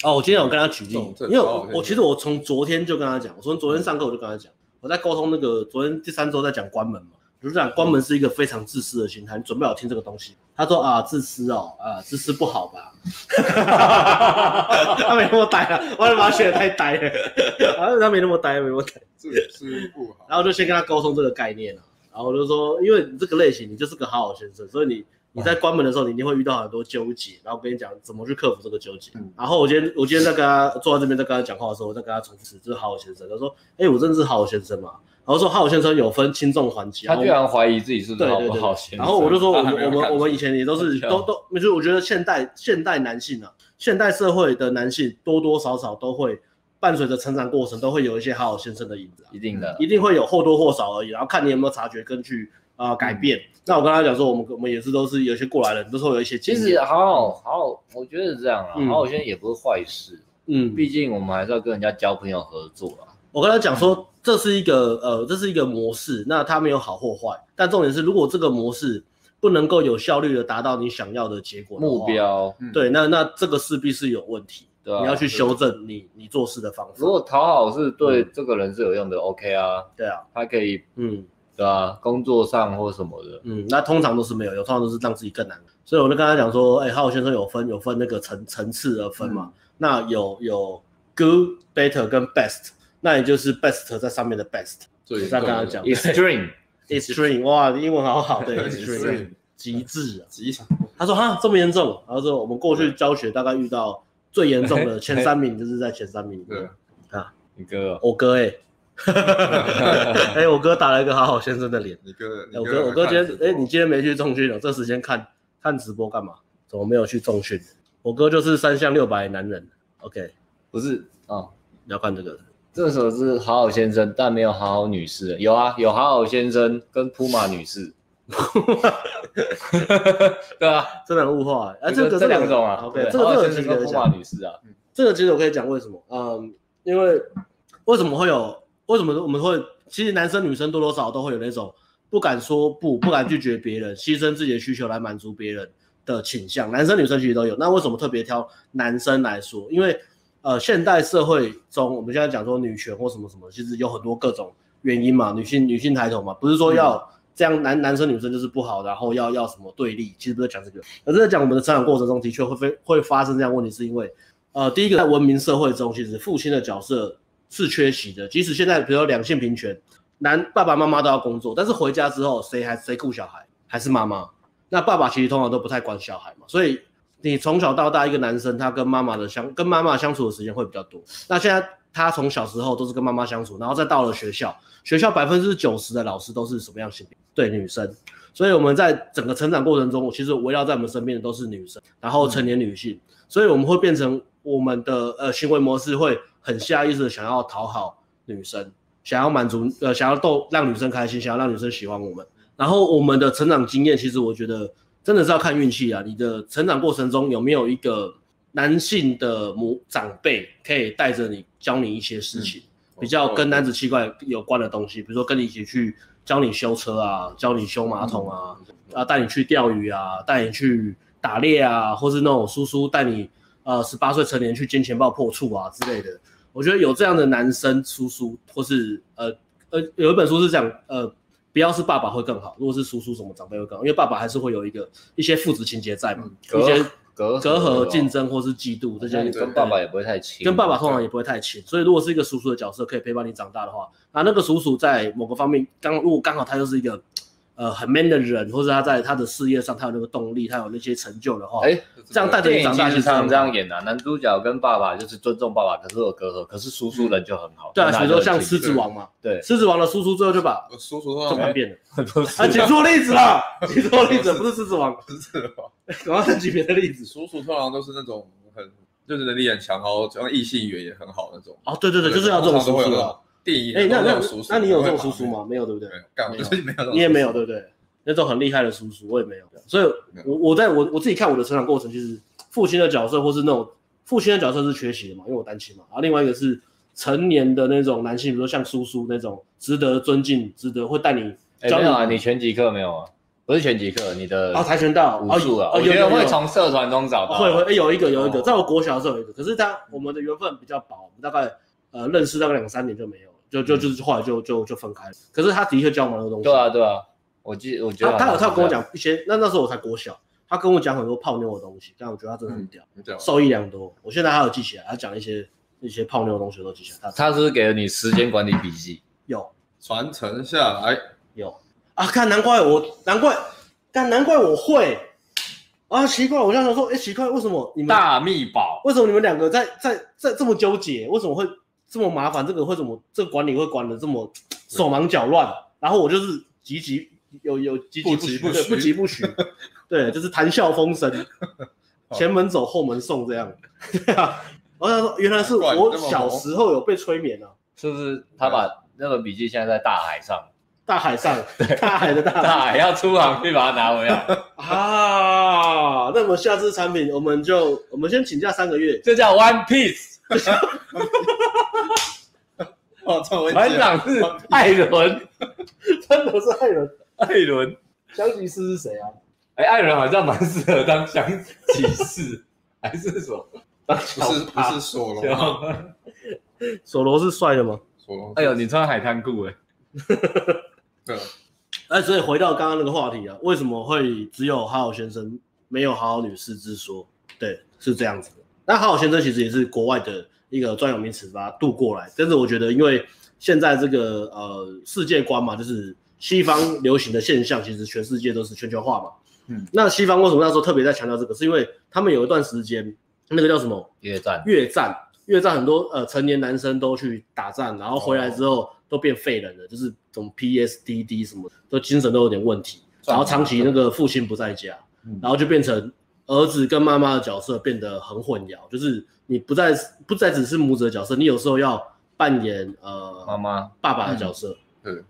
B: 哦，我今天有跟他举例
C: 重，症
B: 因为
C: 好
B: 我
C: 好先生
B: 我其实我从昨天就跟他讲，我从昨天上课我就跟他讲，我在沟通那个昨天第三周在讲关门嘛，我就讲关门是一个非常自私的心态，你准备好听这个东西。他说啊，自私哦，啊，自私不好吧？ 他没那么呆啊，我他妈学的太呆了， 啊，他没那么呆，没那么呆。
C: 这个是不好。
B: 然后就先跟他沟通这个概念啊，然后我就说，因为你这个类型，你就是个好好先生，所以你你在关门的时候，你一定会遇到很多纠结，然后跟你讲怎么去克服这个纠结。
C: 嗯
B: 然后我今天我今天在跟他坐在这边在跟他讲话的时候，我在跟他重复就是好好先生，他说，哎、我真的是好好先生嘛。然后说好好先生有分轻重缓急，
A: 他
B: 然后
A: 居然怀疑自己是不
B: 对
A: 是好
B: 对
A: 不
B: 对，
A: 好先生。
B: 然后我就说我们
C: 他还没有
B: 我们
C: 看出
B: 我们以前也都是
A: 对啊
B: 都都，就是我觉得现代现代男性啊，现代社会的男性多多少少都会伴随着成长过程，都会有一些好好先生的影子啊。
A: 一定的，
B: 一定会有或多或少而已，然后看你有没有察觉跟去啊、呃改
A: 嗯
B: 变。那我跟他讲说，我们我们也是都是有些过来人，都是会有一些
A: 其
B: 经
A: 实
B: 验。
A: 好好好，我觉得这样啊，
B: 嗯
A: 好好先生也不是坏事，
B: 嗯，
A: 毕竟我们还是要跟人家交朋友合作啊。
B: 我跟他讲说，这是一个呃，这是一个模式，那它没有好或坏，但重点是，如果这个模式不能够有效率的达到你想要的结果的话
A: 目，标，
C: 嗯
B: 对，那那这个势必是有问题，
A: 对啊吧？
B: 你要去修正你你做事的方法
A: 如。果讨好是对这个人是有用的，OK 啊，
B: 对啊，
A: 他可以
B: 嗯，
A: 对啊，工作上或什么的，
B: 嗯，那通常都是没有，有通常都是让自己更难。所以我就跟他讲说，哎、浩浩先生有分有分那个层层次而分嘛，那有有 good、better 跟 best，那也就是 best 在上面的 best
C: 最
B: 这样跟他讲
A: extreme
B: extreme，哇，英文好好，对 extreme
C: extreme
B: 极致啊。
C: 极
B: 他说哈这么严重，然后说我们过去教学大概遇到最严重的前三名就是在前三名里面
C: 对。啊
A: 你 哥
B: 我哥哎、哎、我哥打了一个好好先生的脸。
C: 你哥，你
B: 哎我哥，我哥今天，哎、你今天没去重训哦了？这时间看看直播干嘛？怎么没有去重训？我哥就是三项六百男人。OK，
A: 不是哦，
B: 你要看这个，
A: 这首是好好先生，但没有好好女士。有啊，有好好先生跟普马女士。对啊，
B: 真的很物化、哎啊，这个
A: 这两种啊
B: ，OK，
A: 对
B: 这个
A: 好
B: 这
A: 好
B: 个
A: 先生
B: 其实有
A: 跟普
B: 点
A: 马
B: 像，
A: 女士啊，
B: 这个其实我可以讲为什么，嗯，因为为什么会有，为什么我们会，其实男生女生多多少少都会有那种不敢说不，不敢拒绝别人，牺牲自己的需求来满足别人的倾向，男生女生其实都有。那为什么特别挑男生来说？因为呃，现代社会中，我们现在讲说女权或什么什么，其实有很多各种原因嘛，女性女性抬头嘛，不是说要这样男男生女生就是不好，然后要要什么对立，其实不是讲这个，而是在讲我们的成长过程中的确会非会发生这样的问题，是因为呃，第一个在文明社会中，其实父亲的角色是缺席的，即使现在比如说两性平权，男爸爸妈妈都要工作，但是回家之后谁还谁顾小孩，还是妈妈。那爸爸其实通常都不太管小孩嘛，所以你从小到大一个男生，他跟妈妈的相跟妈妈相处的时间会比较多。那现在他从小时候都是跟妈妈相处，然后再到了学校，学校百分之九十的老师都是什么样性别？对女生，所以我们在整个成长过程中，其实围绕在我们身边的都是女生，然后成年女性，所以我们会变成我们的呃行为模式会很下意识的想要讨好女生，想要满足呃想要逗让女生开心，想要让女生喜欢我们。然后我们的成长经验，其实我觉得真的是要看运气啊。你的成长过程中有没有一个男性的母长辈可以带着你教你一些事情，
C: 哦
A: 哦
B: 比较跟男子气概有关的东西，比如说跟你一起去教你修车啊，教你修马桶啊，
A: 嗯
B: 啊带你去钓鱼啊，带你去打猎啊，或是那种叔叔带你呃十八岁成年去捡钱包破处啊之类的。我觉得有这样的男生叔叔，或是呃呃，有一本书是讲呃，不要是爸爸会更好，如果是叔叔什么长辈会更好，因为爸爸还是会有一个一些父子情节在嘛，
A: 嗯隔
B: 一些
A: 隔
B: 隔
A: 阂
B: 阂、竞，争或是嫉妒这
A: 那
B: 些
A: 你跟爸爸也不会太亲，
B: 跟爸爸通常也不会太亲，所以如果是一个叔叔的角色可以陪伴你长大的话，啊，那个叔叔在某个方面刚如果刚好他就是一个呃很 man 的人，或者他在他的事业上他有那个动力，他有那些成就的话，
A: 哎，
B: 这样带着
A: 电影
B: 你长
A: 其
B: 大
A: 实
B: 是
A: 常常
B: 样
A: 这样演啊，男主角跟爸爸就是尊重爸爸，可是有隔阂，可是叔叔人就很好。
B: 对啊，
A: 跟
B: 比
A: 他
B: 如说
A: 就
B: 像
A: 很
B: 狮
A: 亲
B: 子王嘛，
A: 对，
B: 狮子王的叔叔最后就把
C: 我哦叔叔
B: 重
C: 的话
B: 男变了，
A: 不是
B: 啊，举错例子了，举错例子不是狮子王，
C: 不是吧？
B: 然后再举别的例子。
C: 叔叔通常都是那种很就是能力很强，然后像异性缘也很好那种。
B: 哦，对对对，就是要这种
C: 通常都
B: 叔
C: 会
B: 叔
C: 有那
B: 了
C: 种。电影。
B: 哎，那那
C: 种叔叔，
B: 那你有这种叔叔？吗？没有，对不对？
C: 没有，干我
B: 没有
C: 就是没有那种。
B: 你也没有，对不对？那种很厉害的叔叔，我也没有。
A: 啊
B: 所以
C: 没有
B: 我，我在我我自己看我的成长过程，就是父亲的角色，或是那种父亲的角色是缺席的嘛，因为我单亲嘛。然后另外一个是成年的那种男性，比如说像叔叔那种值得尊敬、值得会带你
A: 哎
B: 教
A: 没
B: 你
A: 有啊，你全集课没有啊？不是全集课，你的
B: 啊跆拳道
A: 武术啊，
B: 哦
A: 我
B: 有
A: 觉
B: 有
A: 得
B: 有
A: 会从社团中找到。啊
B: 会会，哎有一个有一个，
A: 哦
B: 在我国小的时候有一个，可是他我们的缘分比较薄，我们大概呃认识大概两三年就没有了，就就就是后来就就就分开了。可是他的确教我们很多东
A: 嗯
B: 西，
A: 对啊，对啊，我记我觉
B: 他
A: 得
B: 他有
A: 好像
B: 他有跟我
A: 是这样，
B: 讲一些，那那时候我才国小，他跟我讲很多泡妞的东西，但我觉得他真的很屌，
A: 嗯
C: 你讲
B: 受益良多。我现在还有记起来，他讲一些一些泡妞的东西我都记起来，他
A: 他是不是给了你时间管理笔记，
B: 有
C: 传承下来，
B: 有啊，看难怪我难怪，但难怪我会啊，奇怪，我就想说，哎、奇怪，为什么你们
A: 大秘宝。
B: 为什么你们两个在在在这么纠结？为什么会这么麻烦？这个会怎么这个管理会管的这么手忙脚乱？然后我就是急急有有急急
C: 不急
B: 不
C: 不
B: 对
C: 徐
B: 不急不 徐，对，就是谈笑风生，
C: 好
B: 前门走后门送 这样。对啊，我想说原来是
C: 怪你
B: 我
C: 这么
B: 小
C: 红
B: 时候有被催眠啊，
A: 是不是他把那本笔记现在在大海上，
B: 大海 上大海的大海
A: 大海要出航去把它拿回来，
B: 啊。那么下次产品我们就我们先请假三个月，
A: 这叫 One Piece。
C: 哦，这我
A: 船长是艾伦，
B: 真的是害人。
A: 艾伦，
B: 香吉士是谁啊？
A: 哎，艾伦好像蛮适合当香骑士，还是什么？当
C: 不是不是索隆啊，
B: 索罗是帅的吗？
C: 索隆
A: 欸哎呦，你穿海滩裤哎，
C: 对，
B: 哎，所以回到刚刚那个话题啊，为什么会只有好好先生没有好好女士之说？对，是这样子的。那好好先生其实也是国外的一个专有名词，把它渡过来。但是我觉得，因为现在这个呃世界观嘛，就是西方流行的现象，其实全世界都是全球化嘛。
A: 嗯，
B: 那西方为什么那时候特别在强调这个？是因为他们有一段时间，那个叫什么
A: 越战，
B: 越战，越战很多呃成年男生都去打仗，然后回
A: 哦
B: 来之后都变废人了，就是什么 PSDD 什么的，都精神都有点问题，然后长期那个父亲不在家，
A: 嗯
B: 然后就变成儿子跟妈妈的角色变得很混淆，就是你不再不再只是母子的角色，你有时候要扮演呃
A: 妈嗯妈、
B: 爸爸的角色，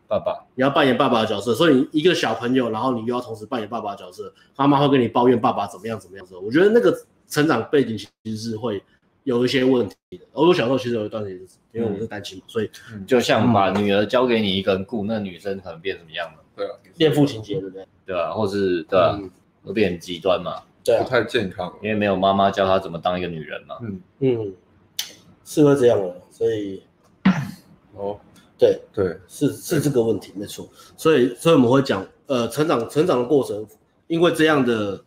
A: 爸爸，
B: 你要扮演爸爸的角色，所以你一个小朋友，然后你又要同时扮演爸爸的角色，妈妈会跟你抱怨爸爸怎么样怎么样子。我觉得那个成长背景其实是会有一些问题的。而我小时候其实有一段也是，因为我是单亲嘛，所以
A: 就像把女儿交给你一个人顾，那女生可能变什么样了，
C: 对啊，
B: 恋父情节，对不对？
A: 对吧、或是对吧、
B: 嗯
A: 会变很极端嘛，
B: 对
C: 不，太健康。
A: 因为没有妈妈教她怎么当一个女人嘛。
C: 嗯，
B: 嗯，是会这样的，所以
C: 哦，
B: 对，
C: 对，
B: 是是这个问题，没错。所以所以我们会讲，呃，成长成长的过程，因为这样的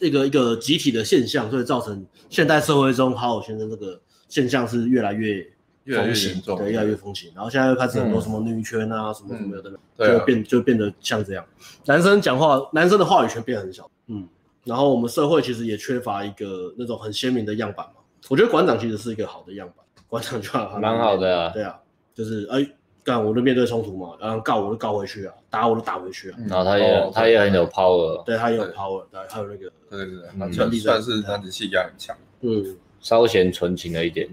B: 一个一个集体的现象，所以造成现代社会中好好先生这个现象是越来越
C: 越来越
B: 风行
C: 严重嗯
B: 对，越来越风行。然后现在又开始很多什么女权啊，什么什么有的，
C: 对
B: 就
C: 啊，
B: 变就变得像这样。男生讲话，男生的话语权变很小，嗯。然后我们社会其实也缺乏一个那种很鲜明的样板嘛。我觉得馆长其实是一个好的样板，馆长就还
A: 蛮好的啊，
B: 对啊，就是哎，干我就面对冲突嘛，然后告我就告回去啊，打我就打回去啊。
C: 嗯
A: 然后她也、
C: 哦
A: 她也很有 power，
B: 对他也有
C: 对
B: power，对，还有那个，
C: 对对对，
A: 嗯
C: 蛮算算是男子气概很强。
B: 嗯，
A: 稍显纯情了一点。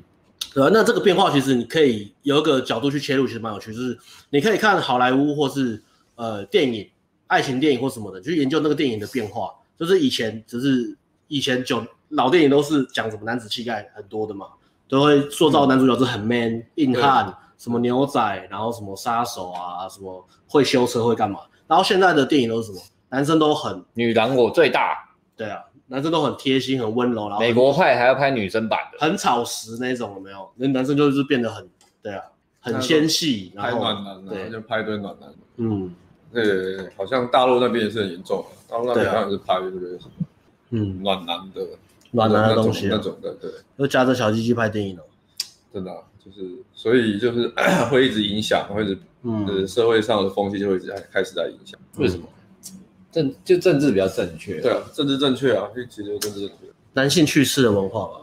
B: 对啊。那这个变化其实你可以有一个角度去切入，其实蛮有趣，就是你可以看好莱坞或是呃电影、爱情电影或什么的，去研究那个电影的变化。就是以前只是以前九老电影都是讲什么男子气概很多的嘛，都会
A: 嗯
B: 塑造男主角是很 man、硬汉，什么牛仔，然后什么杀手啊，什么会修车会干嘛。然后现在的电影都是什么？男生都很
A: 女郎我最大，
B: 对啊，男生都很贴心、很温柔，然后
A: 美国派还要拍女生版的，
B: 很草食那种，有没有？那男生就是变得很对啊，很
C: 那种
B: 纤细，然
C: 拍暖
B: 后
C: 男啊，
B: 对
C: 就拍一堆暖男。
B: 嗯
C: 对对对对，好像大陆那边也是很严重啊，大陆那边
B: 对啊
C: 好像也是拍那个什么
B: 嗯，
C: 暖男的
B: 暖男的
C: 那种
B: 东西
C: 那
B: 啊，
C: 种的，对，
B: 又夹着小鸡鸡拍电影了，哦
C: 真的啊就是，所以就是 会一直影响，会一直呃
B: 嗯，
C: 社会上的风气就会一直开始在影响。
A: 为什么？政就政治比较正确，
C: 对啊，政治正确啊，其实就是政治正确。
B: 男性去世的文化吧。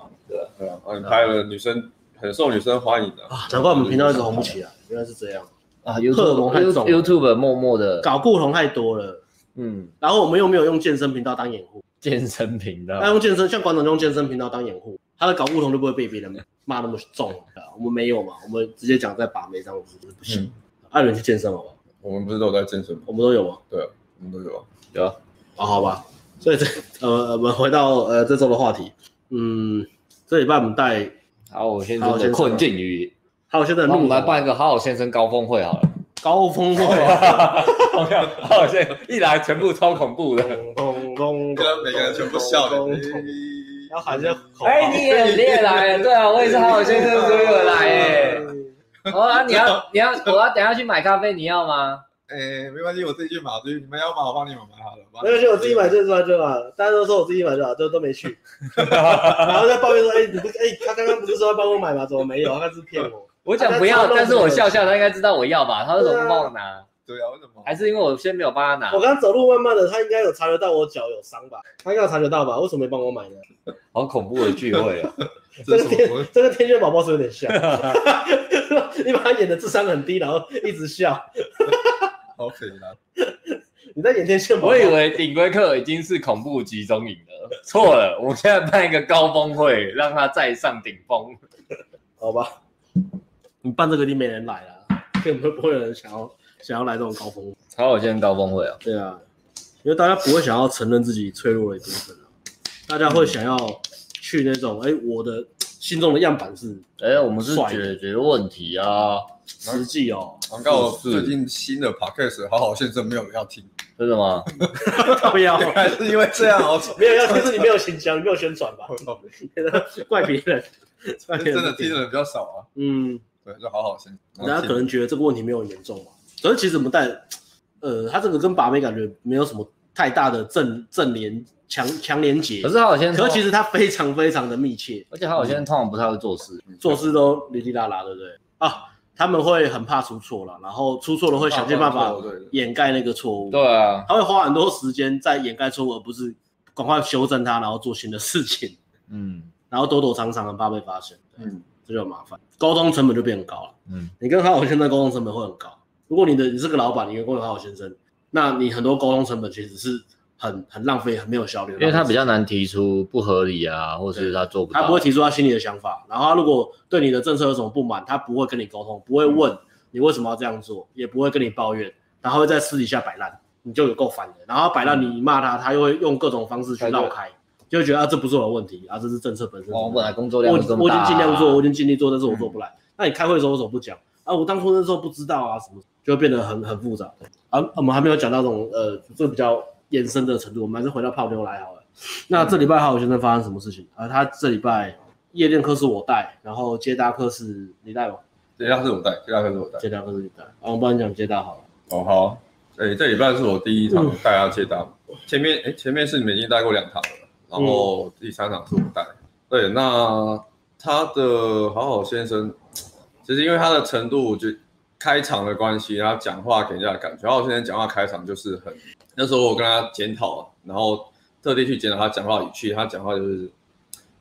C: 对啊，啊你拍了女生很受女生欢迎的
B: 啊，难怪我们频道一直红不。起来，原来是这样，
A: 啊
B: 荷尔蒙太重
A: ，YouTube
B: 了
A: YouTube 默默的，
B: 搞固酮太多了。
A: 嗯，
B: 然后我们又没有用健身频道当掩护，
A: 健身频道
B: 那用健身像馆长用健身频道当掩护，他的搞固酮就不会被别人骂那么重对啊。我们没有嘛，我们直接讲在把妹上，我们就是不行
C: 嗯。
B: 艾伦去健身好不好？
C: 我们不是都有在健身吗？
B: 我们都有吗？
C: 对啊，我们都有啊。
A: 有啊
B: 哦，好吧，所以这 呃，我们回到呃这周的话题，嗯，这礼拜我们带
A: 好，我先
B: 好
A: 说
B: 先说
A: 困境与，
B: 还有现在的
A: 那我
B: 怒
A: 们来
B: 火
A: 办一个好好先生高峰会好了。
B: 高峰会，
A: 好好先生一来全部超恐怖的，
B: 咚咚咚，
C: 跟每个人全部笑的。哎
B: 咚咚然后喊些口号，
A: 哎，你也你也来，对啊，我也是好好先生所以我来哎。哦，啊你 要你要，我要等一下去买咖啡，你要吗？
C: 哎，没关系，我自己去买，就是你们要买我帮你们买好了。
B: 没关系，我自己买。健身环就好，大家都说我自己买就好，都都没去，然后在抱怨说，哎，你不，哎，他刚刚不是说要帮我买吗？怎么没有？他是骗我，
A: 我讲不要，但是我笑啊笑，他应该知道我要吧？他为什么不帮我拿？
C: 对啊，为什么？
A: 还是因为我先没有帮他拿
B: 我？刚走路慢慢的，他应该有察觉到我脚有伤吧？他应该有察觉到吧？为什么没帮我买呢？
A: 好恐怖的聚会啊！
B: 这
C: 这
B: 个
C: 是什么
B: 天？这个天选宝宝是有点 像，你把他演的智商很低，然后一直笑，
C: 好可怜啊！
B: 你在演天选宝宝。
A: 我以为顶规课已经是恐怖集中营了，错了，我们现在办一个高峰会，让他再上顶峰。
B: 好吧，你办这个一定没人来了，根本不会有人想要想要来这种高峰。
A: 好，我先高峰会啊，
B: 对啊，因为大家不会想要承认自己脆弱的一部分啊，大家会想要去那种哎、我的心中的样板是
A: 哎、我们是
B: 帅
A: 解决问题啊，
B: 实际 哦，
C: 广告
A: 是
C: 最近新的 podcast 好好先生没有人要 听，
A: 真的吗？
B: 不 要。
C: 还是因为这样哦 好爽。
B: 没有要，就是你没有行销，你没有宣传吧？ 怪别 人，怪别
C: 真
B: 人
C: 的听的人比较少啊。
B: 嗯，
C: 对，就好好先生。
B: 大家可能觉得这个问题没有很严重嘛，可是其实我们带，呃，他这个跟把妹感觉没有什么太大的正正连强强连结，
A: 可是好先，
B: 可是其实他非常非常的密切，
A: 而且好先通常不太会做事，
B: 做事都哩哩啦啦，对不对？啊，他们会很怕出错了，然后出错了会想尽办法
C: 哦对
B: 掩盖那个错误，
A: 对啊，
B: 他会花很多时间在掩盖错误，而不是赶快修正它，然后做新的事情，
A: 嗯
B: 然后躲躲藏藏的怕被发现，对
C: 嗯，
B: 这就很麻烦，沟通成本就变很高了。
A: 嗯，
B: 你跟好好先生沟通成本会很高。如果你的你是个老板，你员工有好好先生，那你很多沟通成本其实是很很浪费、很没有效率的
A: 因为他
B: 浪费
A: 比较难提出不合理啊，或是他做不到，
B: 他不会提出他心里的想法，然后他如果对你的政策有什么不满，他不会跟你沟通，不会
A: 嗯
B: 问你为什么要这样做，也不会跟你抱怨，然后会在私底下摆烂，你就有够烦的。然后摆烂
A: 嗯
B: 你骂他，他又会用各种方式去绕开，就会觉得啊这不是我的问题啊，这是政策本身。
A: 哇，我
B: 我
A: 本来工作量
B: 我已
A: 就这
B: 经
A: 么
B: 我已
A: 大
B: 经
A: 啊
B: 尽量做，我已经尽力做，但是我做不来。那你开会的时候为什么不讲啊？我当初那时候不知道啊，什么就会变得很很复杂。啊，我们还没有讲到这种呃，这比较延伸的程度，我们还是回到泡妞来好了。那这礼拜好友先生发生什么事情？啊，他这礼拜夜店课是我带，然后接搭课是你带吗？
C: 接下来是我带，接下来是我带。
B: 接搭课是你带，啊，我帮你讲接搭好了。
C: 哦，好，哎、这礼拜是我第一
B: 嗯
C: 场带他接单，前面哎、前面是你们已经带过两场了，然
B: 嗯
C: 后第三场是我带。对，那他的好好先生，其实因为他的程度，我觉得开场的关系，他讲话给人家的感觉，好好先生讲话开场就是很，那时候我跟他检讨，啊然后特地去检讨他讲话语气，他讲话就是，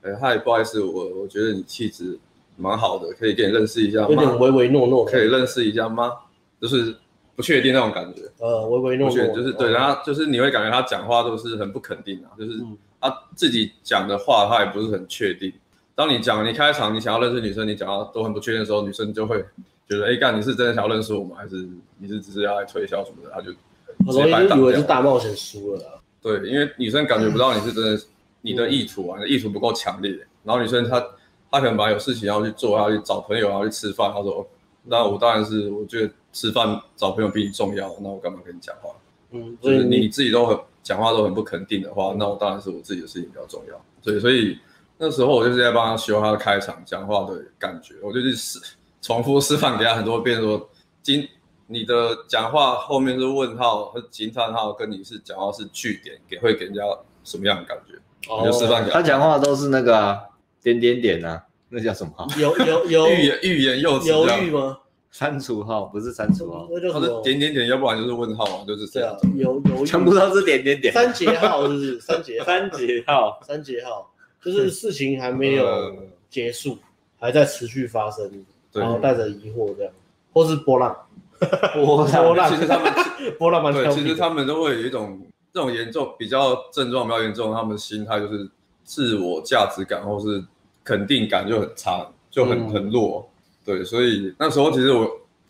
C: 哎、嗨，不好意思，我我觉得你气质蛮好的，可以跟你认识一下
B: 有点
C: 吗？
B: 唯唯诺诺，
C: 可以认识一下吗？就是不确定那种感觉。
B: 呃，唯唯诺啊诺
C: 我觉得，就是对，然后就是你会感觉他讲话都是很不肯定啊，就是
B: 嗯
C: 他自己讲的话他也不是很确定。当你讲你开场你想要认识女生，你讲到都很不确定的时候，女生就会觉得哎干你是真的想要认识我吗？还是你是只是要来推销什么的？他就
B: 很容易就以为是大冒险输了啊。
C: 对，因为女生感觉不到你是真的，你的意图啊，你的意图不够强烈。然后女生她她可能本来有事情要去做，要去找朋友，要去吃饭。她说，哦那我当然是我觉得吃饭找朋友比你重要，那我干嘛跟你讲话？
B: 嗯，
C: 就
B: 所以
C: 是你
B: 你
C: 自己都很讲话都很不肯定的话，那我当然是我自己的事情比较重要。所以，所以那时候我就是在帮他修他的开场讲话的感觉，我就去示重复示范给他很多遍说，今你的讲话后面是问号和惊叹号，跟你是讲话是句点，给会给人家什么样的感觉？我就示
B: 哦
C: 范给
A: 他
C: 他。
A: 讲话都是那个啊点点点啊，那叫什么啊？
B: 有有 有
C: 欲言欲言又止这
B: 哦犹
C: 样
B: 豫，吗？
A: 删除号不是删除号，
B: 那哦叫
C: 他
B: 什
C: 是
B: 么？
C: 点点点，要不然就是问号嘛，就是这
B: 对
C: 样
B: 啊。，犹犹豫
A: 全部都是点点点。
B: 三节号是不是？三节号
A: 删节 号，
B: 三节号，就是事情还没有
C: 嗯
B: 结束，还在持续发生，
C: 对
B: 然后带着疑惑这样，或是波浪，
A: 波浪
B: 波浪
C: 其实他们
B: 波浪蛮调
C: 对，
B: 皮的
C: 其实他们都会有一种这种严重比较症状比较严重，他们心态就是自我价值感或是肯定感就很差，就很、
B: 嗯
C: 很弱。对，所以那时候其实我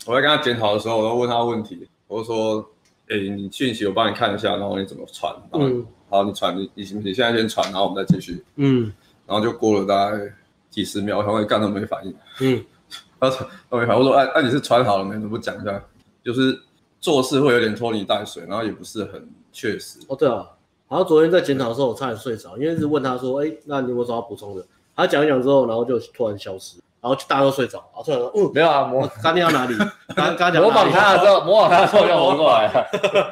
C: 我在跟他检讨的时候，我都问他问题，我就说：“哎、你讯息我帮你看一下，然后你怎么传？然后、
B: 嗯
C: 好，你传你你你现在先传，然后我们再继续。
B: 嗯”
C: 然后就过了大概几十秒，他会干都没反应。
B: 嗯
C: 他说他呃没反应，我说：“哎、那、你是传好了没？你怎么不讲一下？”就是做事会有点拖泥带水，然后也不是很确实。
B: 哦对啊，然后昨天在检讨的时候，我差点睡着，因为一直问他说，哎，那你有没有什么要补充的？他讲一讲之后，然后就突然消失，然后大家都睡着，然后突然说，嗯，
A: 没有啊，模
B: 刚念到哪里？刚刚讲
A: 模
B: 哪
A: 仿
B: 里
A: 他的时，候，模仿他的时候就活过来了。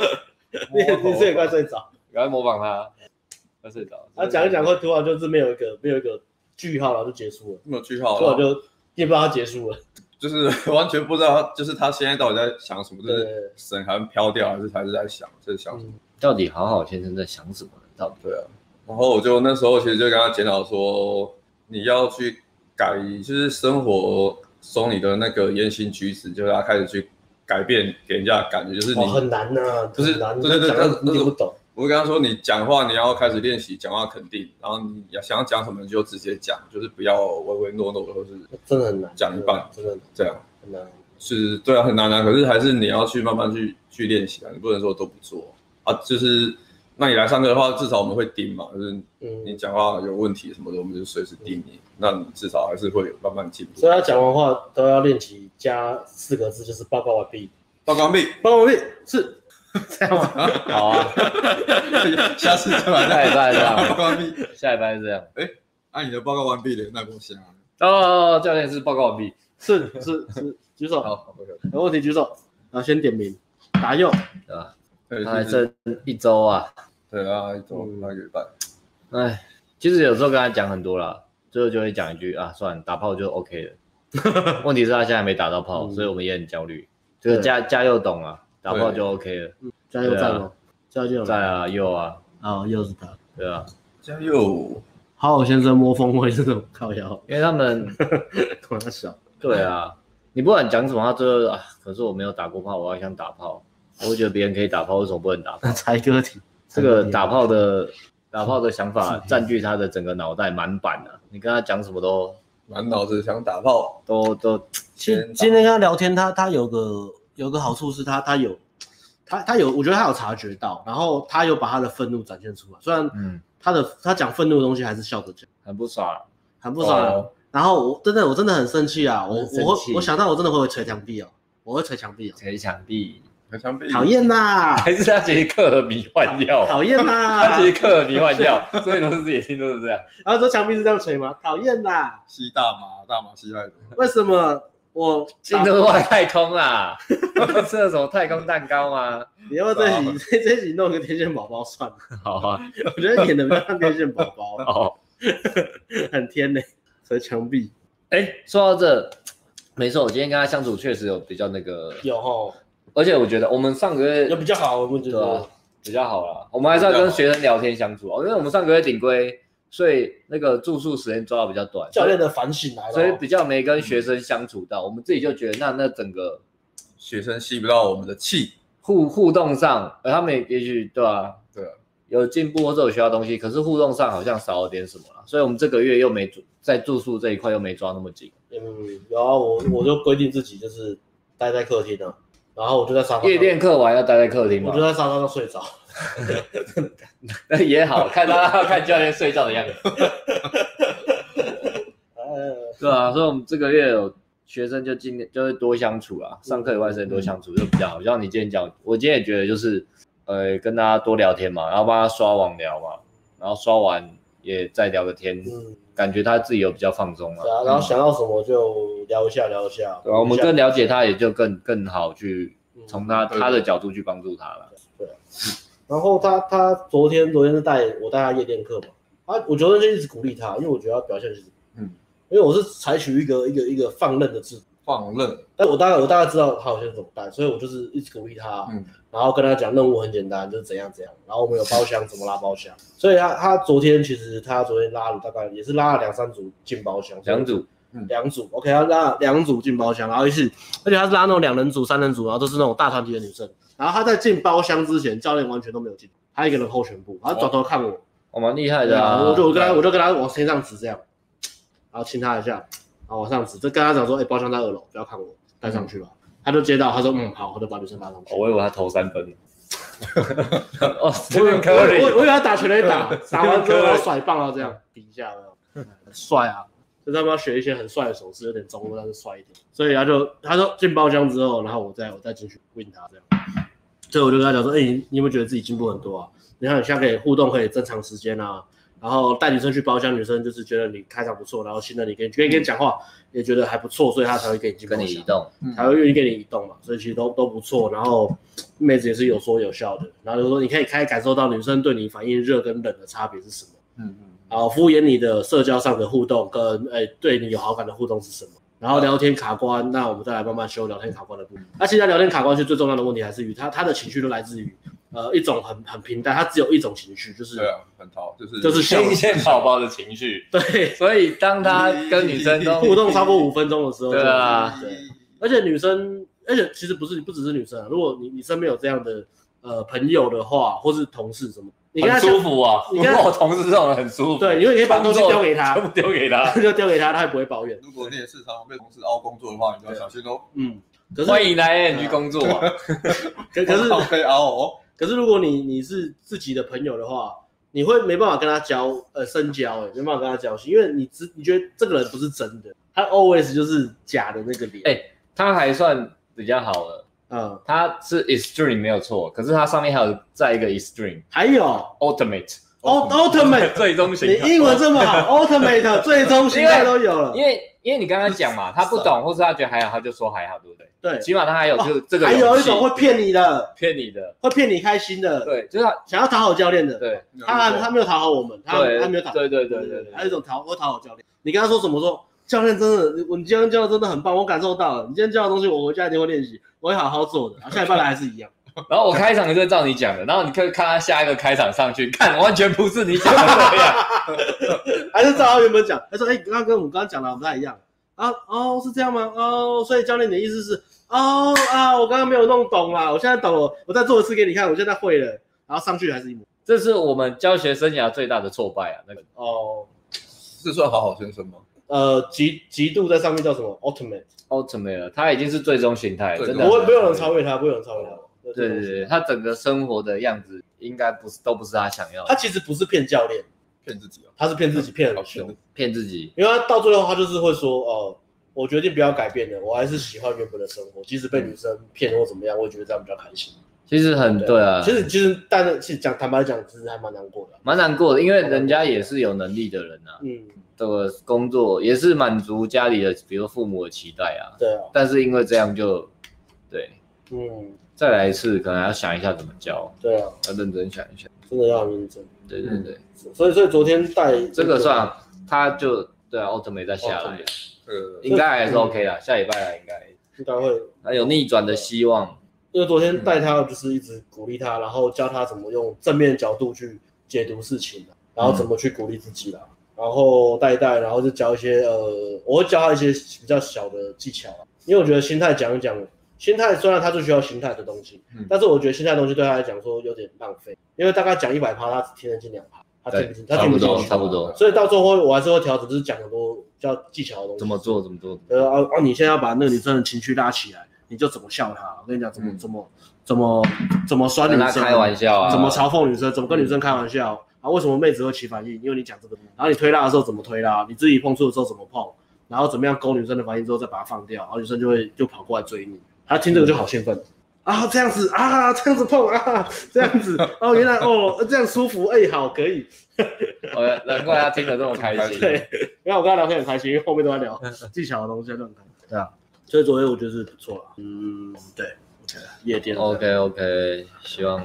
B: 你你这也快睡着，
A: 赶快模仿他，他睡着。
B: 他啊讲一讲会突然就是没有一个没有一个句号，然后就结束了。
C: 没有句号
B: 突然
C: 了，
B: 就也不知道它结束了。
C: 就是 完全不知道他，就是他现在到底在想什么，就是
B: 对，
C: 神还飘掉，还是还是在想，在想什么？
B: 嗯
A: 到底好好先生在想什么呢？到底
C: 对啊。然后我就那时候其实就跟他检讨说，你要去改，就是生活中你的那个言行举止，就是他开始去改变给人家的感觉，就是你
B: 哦，很难呐，
C: 不是
B: 很难，
C: 对对对
B: 讲
C: 但
B: 得
C: 是但
B: 你
C: 是
B: 不懂，
C: 我会跟他说，你讲话你要开始练习讲话肯定，然后你要想要讲什么你就直接讲，就是不要唯唯诺诺的，或是
B: 真的很难，
C: 讲一半
B: 真的很
C: 这样。
B: 很难。
C: 是，对啊，很难啊。可是还是你要去慢慢去去练习啊，你不能说都不做啊。就是，那你来上课的话，至少我们会盯嘛，就是你
B: 嗯，
C: 讲话有问题什么的，我们就随时盯你。那你至少还是会有慢慢进步
B: 所以。他讲完话都要练习加四个字，就是报告完毕。
C: 报告密，
B: 报告完毕是
A: 这样吗？ 好啊，
C: 下次再来
A: 下礼拜这
C: 再报
A: 样，
C: 告密。
A: 下礼拜是这样。
C: 按、你的报告完毕了，那不行啊。
A: 哦，教练是报告完毕。
B: 是是是，举手，啊
A: 好，
B: 有问题举手，然后先点名。打用，
A: 对吧？
C: 对，
A: 还
C: 就是
A: 剩一周啊，
C: 对啊，一周
B: 嗯
C: 那个礼拜，
A: 哎，其实有时候跟他讲很多啦，最后就会讲一句啊，算了，打炮就 OK 了。问题是他现在还没打到炮，
B: 嗯
A: 所以我们也很焦虑。这个
B: 对
A: 家家佑懂啊，打炮
C: 对
A: 就 OK 了。
B: 加油
A: 对啊
B: 站哦，加油
A: 在啊，佑啊，
B: 哦，又是他，
A: 对啊，
C: 加油！
B: 好好先生摸风味这种靠 腰，
A: 因为他们
B: 突然 小，
A: 对啊，你不管讲什么，他最后啊，可是我没有打过炮，我要想打炮，我会觉得别人可以打炮，为什么不能 打炮？
B: 才哥体，
A: 这个打炮的打炮的想法占据他的整个脑袋满版啊，你跟他讲什么都
C: 满脑子想打炮，
A: 都都
B: 其实今天跟他聊天，他他有个有个好处是他他有他他有，我觉得他有察觉到，然后他有把他的愤怒展现出来。虽然
A: 嗯
B: 他的他讲愤怒的东西还是笑着讲，
A: 很不爽，
B: 很不爽啊、
C: 哦
B: 然后我真的我真的很生气啊！我
A: 我很生
B: 我
A: 气
B: 会我想到我真的会捶墙壁哦，我会捶 墙壁哦，
A: 捶墙壁，
C: 很想被
B: 讨 厌呐，
A: 还是他其实克尔米换掉，
B: 讨厌
A: 他
B: 呐
A: 其！实克尔米换掉，所以都是自己听都是这样，
B: 然后说墙壁是这样捶吗？讨厌呐！
C: 吸大麻，大麻吸太多，
B: 为什么 我
A: 进都是外太空啊 啦，吃了什么太空蛋糕吗？
B: 你要 不
A: 哦
B: 要这集这这集弄个天线宝宝算了？
A: 好啊，
B: 我觉得演的比较像天线宝宝，啊
A: 哦，
B: 很天呢、捶墙壁
A: 哎，说到这，没错，我今天跟他相处确实有比较那个，
B: 有吼。
A: 而且我觉得我们上个月
B: 有比较好，我们觉
A: 对啊
B: 得，
A: 比较好啦。我们还是要跟学生聊天相处哦，因为我们上个月顶规，所以那个住宿时间抓的比较短，
B: 教练的反省来了哦，
A: 所以比较没跟学生相处到。我们自己就觉得，那那整个
C: 学生吸不到我们的气，
A: 互互动上，呃，他们也也许对啊，
C: 对啊，
A: 有进步或者有学到东西，可是互动上好像少了点什么了。所以我们这个月又没住在住宿这一块又没抓那么紧，
B: 嗯，然后我我就规定自己就是待在客厅啊，然后我就在沙发上
A: 夜店课完要待在客厅嘛
B: 我就，在沙发上睡着，
A: 那也好看他 看教练睡觉的样子。
B: 呃，
A: 对啊，所以我们这个月有学生就今天就是多相处
B: 嗯
A: 啊，上课以外时间多相处就比较好。像你今天讲，我今天也觉得就是，呃，跟大家多聊天嘛，然后帮他刷网聊嘛，然后刷完也再聊个天，
B: 嗯，
A: 感觉他自己有比较放松了、
B: 对啊，然后想到什么就聊一下聊一下，
A: 对啊，我们
B: 跟
A: 更了解他，也就更更好去
B: 嗯
A: 从他
C: 对
A: 他的角度去帮助他了。
B: 然后他他昨天昨天是带我带他夜店课嘛，他我昨天就一直鼓励他，因为我觉得他表现是，
C: 嗯，
B: 因为我是采取一个一个一个放任的制度，
C: 放任，
B: 但我大概我大概知道他好像怎么带，所以我就是一直鼓励他，啊
C: 嗯，
B: 然后跟他讲任务很简单，就是怎样怎样。然后我们有包厢，怎么拉包厢。所以他他昨天其实他昨天拉了大概也是拉了两三组进包厢，
A: 两组
B: 两组，OK，他拉了两组进包厢，然后一次，而且他是拉那种两人组、三人组，然后都是那种大团体的女生。然后他在进包厢之前，教练完全都没有进，他一个人后全部，他转头看我，
A: 我蛮厉害的啊，
B: 我就我跟他我就跟他往天上指这样，然后亲他一下，然后往上指，就跟他讲说，哎、包厢在二楼，不要看我，带上去吧。他就接到，他说，嗯，好，我就把女生拉上去。
A: 我以为他投三分。 哦，
B: 我以为
A: 这个可以
B: 我以为我以为他打全垒 打，打完之后
A: Curry
B: 要甩棒啊，这样比一下，有没有很帅啊！就是他们要学一些很帅的手势，有点中路，但是帅一点。所以他就他说进包厢之后，然后我再我再进去 win 他这样。所以我就跟他讲说，哎、你你有没有觉得自己进步很多啊？你看你现在可以互动，可以正常时间啊，然后带女生去包厢，女生就是觉得你开场不错，然后信任你，跟可以跟你讲话，也觉得还不错，所以她才会跟你进包
A: 跟
B: 厢
A: 你移动，
B: 才会愿意跟你移动嘛，所以其实都都不错。然后妹子也是有说有笑的，然后就说你可以开始感受到女生对你反应热跟冷的差别是什么，
C: 嗯嗯，
B: 然后敷衍你的社交上的互动跟诶、对你有好感的互动是什么，然后聊天卡关，那我们再来慢慢修聊天卡关的部分。那现在聊天卡关是最重要的问题还是于他他的情绪都来自于呃一种很很平淡，他只有一种情绪就是
C: 对啊，很淘，就是
B: 就是笑
A: 新鲜宝宝的情绪。
B: 对
A: 所以当他跟女生都
B: 互动超过五分钟的时候，
A: 对啊
B: 对。而且女生，而且其实不是不只是女生啊，如果你你身边有这样的呃朋友的话，或是同事什么，你跟他
A: 很
B: 讲
A: 舒，服啊，
B: 你
A: 如
B: 看
A: 果我同事这种人很舒服，
B: 对，因为你可以把东西丢给
A: 全
B: 他，
A: 部丢给他。
B: 就丢给他，他也不会抱怨。
C: 如果你也是常常被同事凹工作的话，你就要小心哦，
B: 嗯，可 是
A: 欢迎来 N 去工作啊，
B: 可啊可是
C: 被凹哦，
B: 可是如果你你是自己的朋友的话，你会没办法跟他交呃深交、欸，没办法跟他交心，因为你只你觉得这个人不是真的，他 always 就是假的那个脸。
A: 哎他还算比较好了。
B: 嗯，
A: 他是 extreme 没有错，可是他上面还有再一个 extreme
B: 还有
A: ultimate，
B: 哦 ，Ultimate，
D: 最终形态
B: 你英文这么好，Ultimate 最终形态都有了。
A: 啊因为因为你刚刚讲 嘛，他不懂或是他觉得还好，他就说还好，对不对？
B: 啊对，
A: 起码他还有这个这个
B: 还有
A: 勇
B: 一
A: 气
B: 种会骗你的，
A: 骗你的，
B: 会骗你开心的，
A: 对，就是他
B: 想要讨好教练的。
A: 对
B: 他他没有讨好我 们，他
A: 对
B: 他没有讨。
A: 对对
B: 对
A: 对对
B: 还有一种讨会讨好教练。你跟他说什么说？教练真的，我你今天教的真的很棒，我感受到了。你今天教的东西，我回家一定会练习，我会好好做的。啊下礼拜来还是 一样。
A: 然后我开场就照你讲的，然后你可以看他下一个开场上去，看完全不是你讲的那 样。
B: 还是照他原本讲，他说：“哎、刚刚跟我们刚刚讲的不太一样啊，哦，是这样吗？哦，所以教练你的意思是，哦啊，我刚刚没有弄懂啦，我现在懂了，我再做一次给你看，我现在会了。”然后上去还是一模
A: 这是我们教学生涯最大的挫败啊！那个
B: 哦，
C: 是算好好先生吗？
B: 呃，极极度在上面叫什么 ultimate，
A: ultimate，他已经是最终形态，
C: 最
A: 真
C: 终
A: 的啊
C: 不
B: 不会不会
C: 会不会
B: 有
C: 有人
B: 人
C: 超
B: 超越他，不会有人超越他。
A: 对对对，他整个生活的样子应该不是都不是他想要的
B: 他，其实不是骗教练，
C: 骗自己啊，
B: 他是骗自己，骗得很
C: 骗
B: 凶
C: 自。己
A: 骗自己。
B: 因为他到最后他就是会说，哦、我决定不要改变了，我还是喜欢原本的生活，即使
A: 嗯
B: 被女生骗或怎么样，我也觉得这样比较开心。
A: 其实很对啊，
B: 其实其实，但是其实讲坦白讲，其实还蛮难过的啊、
A: 蛮难过的，因为人家也是有能力的人啊，
B: 嗯，
A: 这个工作也是满足家里的，比如父母的期待啊。
B: 对啊，
A: 但是因为这样就，对，
B: 嗯，
A: 再来一次，可能要想一下怎么教，
B: 对啊，
A: 要认真想一下。
B: 真的要很认真。
A: 对对对，
B: 所以所以昨天带
A: 这个算他就对啊，奥特没再下来，
C: 呃，
A: 应该还是 OK 啦，下礼拜来应该
B: 应该会，
A: 还有逆转的希望。
B: 因为昨天带他就是一直鼓励他，然后教他怎么用正面角度去解读事情
A: 嗯
B: 啊、然后怎么去鼓励自己啦、然后带一带，然后就教一些呃，我会教他一些比较小的技巧啊，因为我觉得心态讲一讲，心态虽然他最需要心态的东西，
C: 嗯
B: 但是我觉得心态的东西对他来讲说有点浪费，因为大概讲一百趴，他只听得进两趴，他听不进，他
A: 差
B: 听
A: 不
B: 不进
A: 多
B: 去，
A: 差不多，
B: 所以到最后我还是会调整，就是讲很多比较技巧的东西。
A: 怎么做怎么做，
B: 呃哦哦，你现在要把那个女生的情绪拉起来，你就怎么笑她。我跟你讲，怎么、
C: 嗯
B: 怎么怎么怎么酸女
A: 跟他
B: 生，
A: 开玩笑啊，
B: 怎么嘲讽女生，怎么跟女生开玩笑、啊？为什么妹子会起反应？因为你讲这个，然后你推拉的时候怎么推拉，你自己碰触的时候怎么碰，然后怎么样勾女生的反应之后再把她放掉，然后女生就会就跑过来追你，她听这个就好兴奋。啊，这样子啊，这样子碰啊，这样子哦，原来哦，这样舒服，哎、好，可以。
A: 哦？难怪他听得这么开心。
B: 对，因为我跟他聊天很开心，因为后面都在聊技巧的东西，都很开心。对啊，所以昨天我觉得是不错哦了。嗯，对夜店
A: OK OK，希望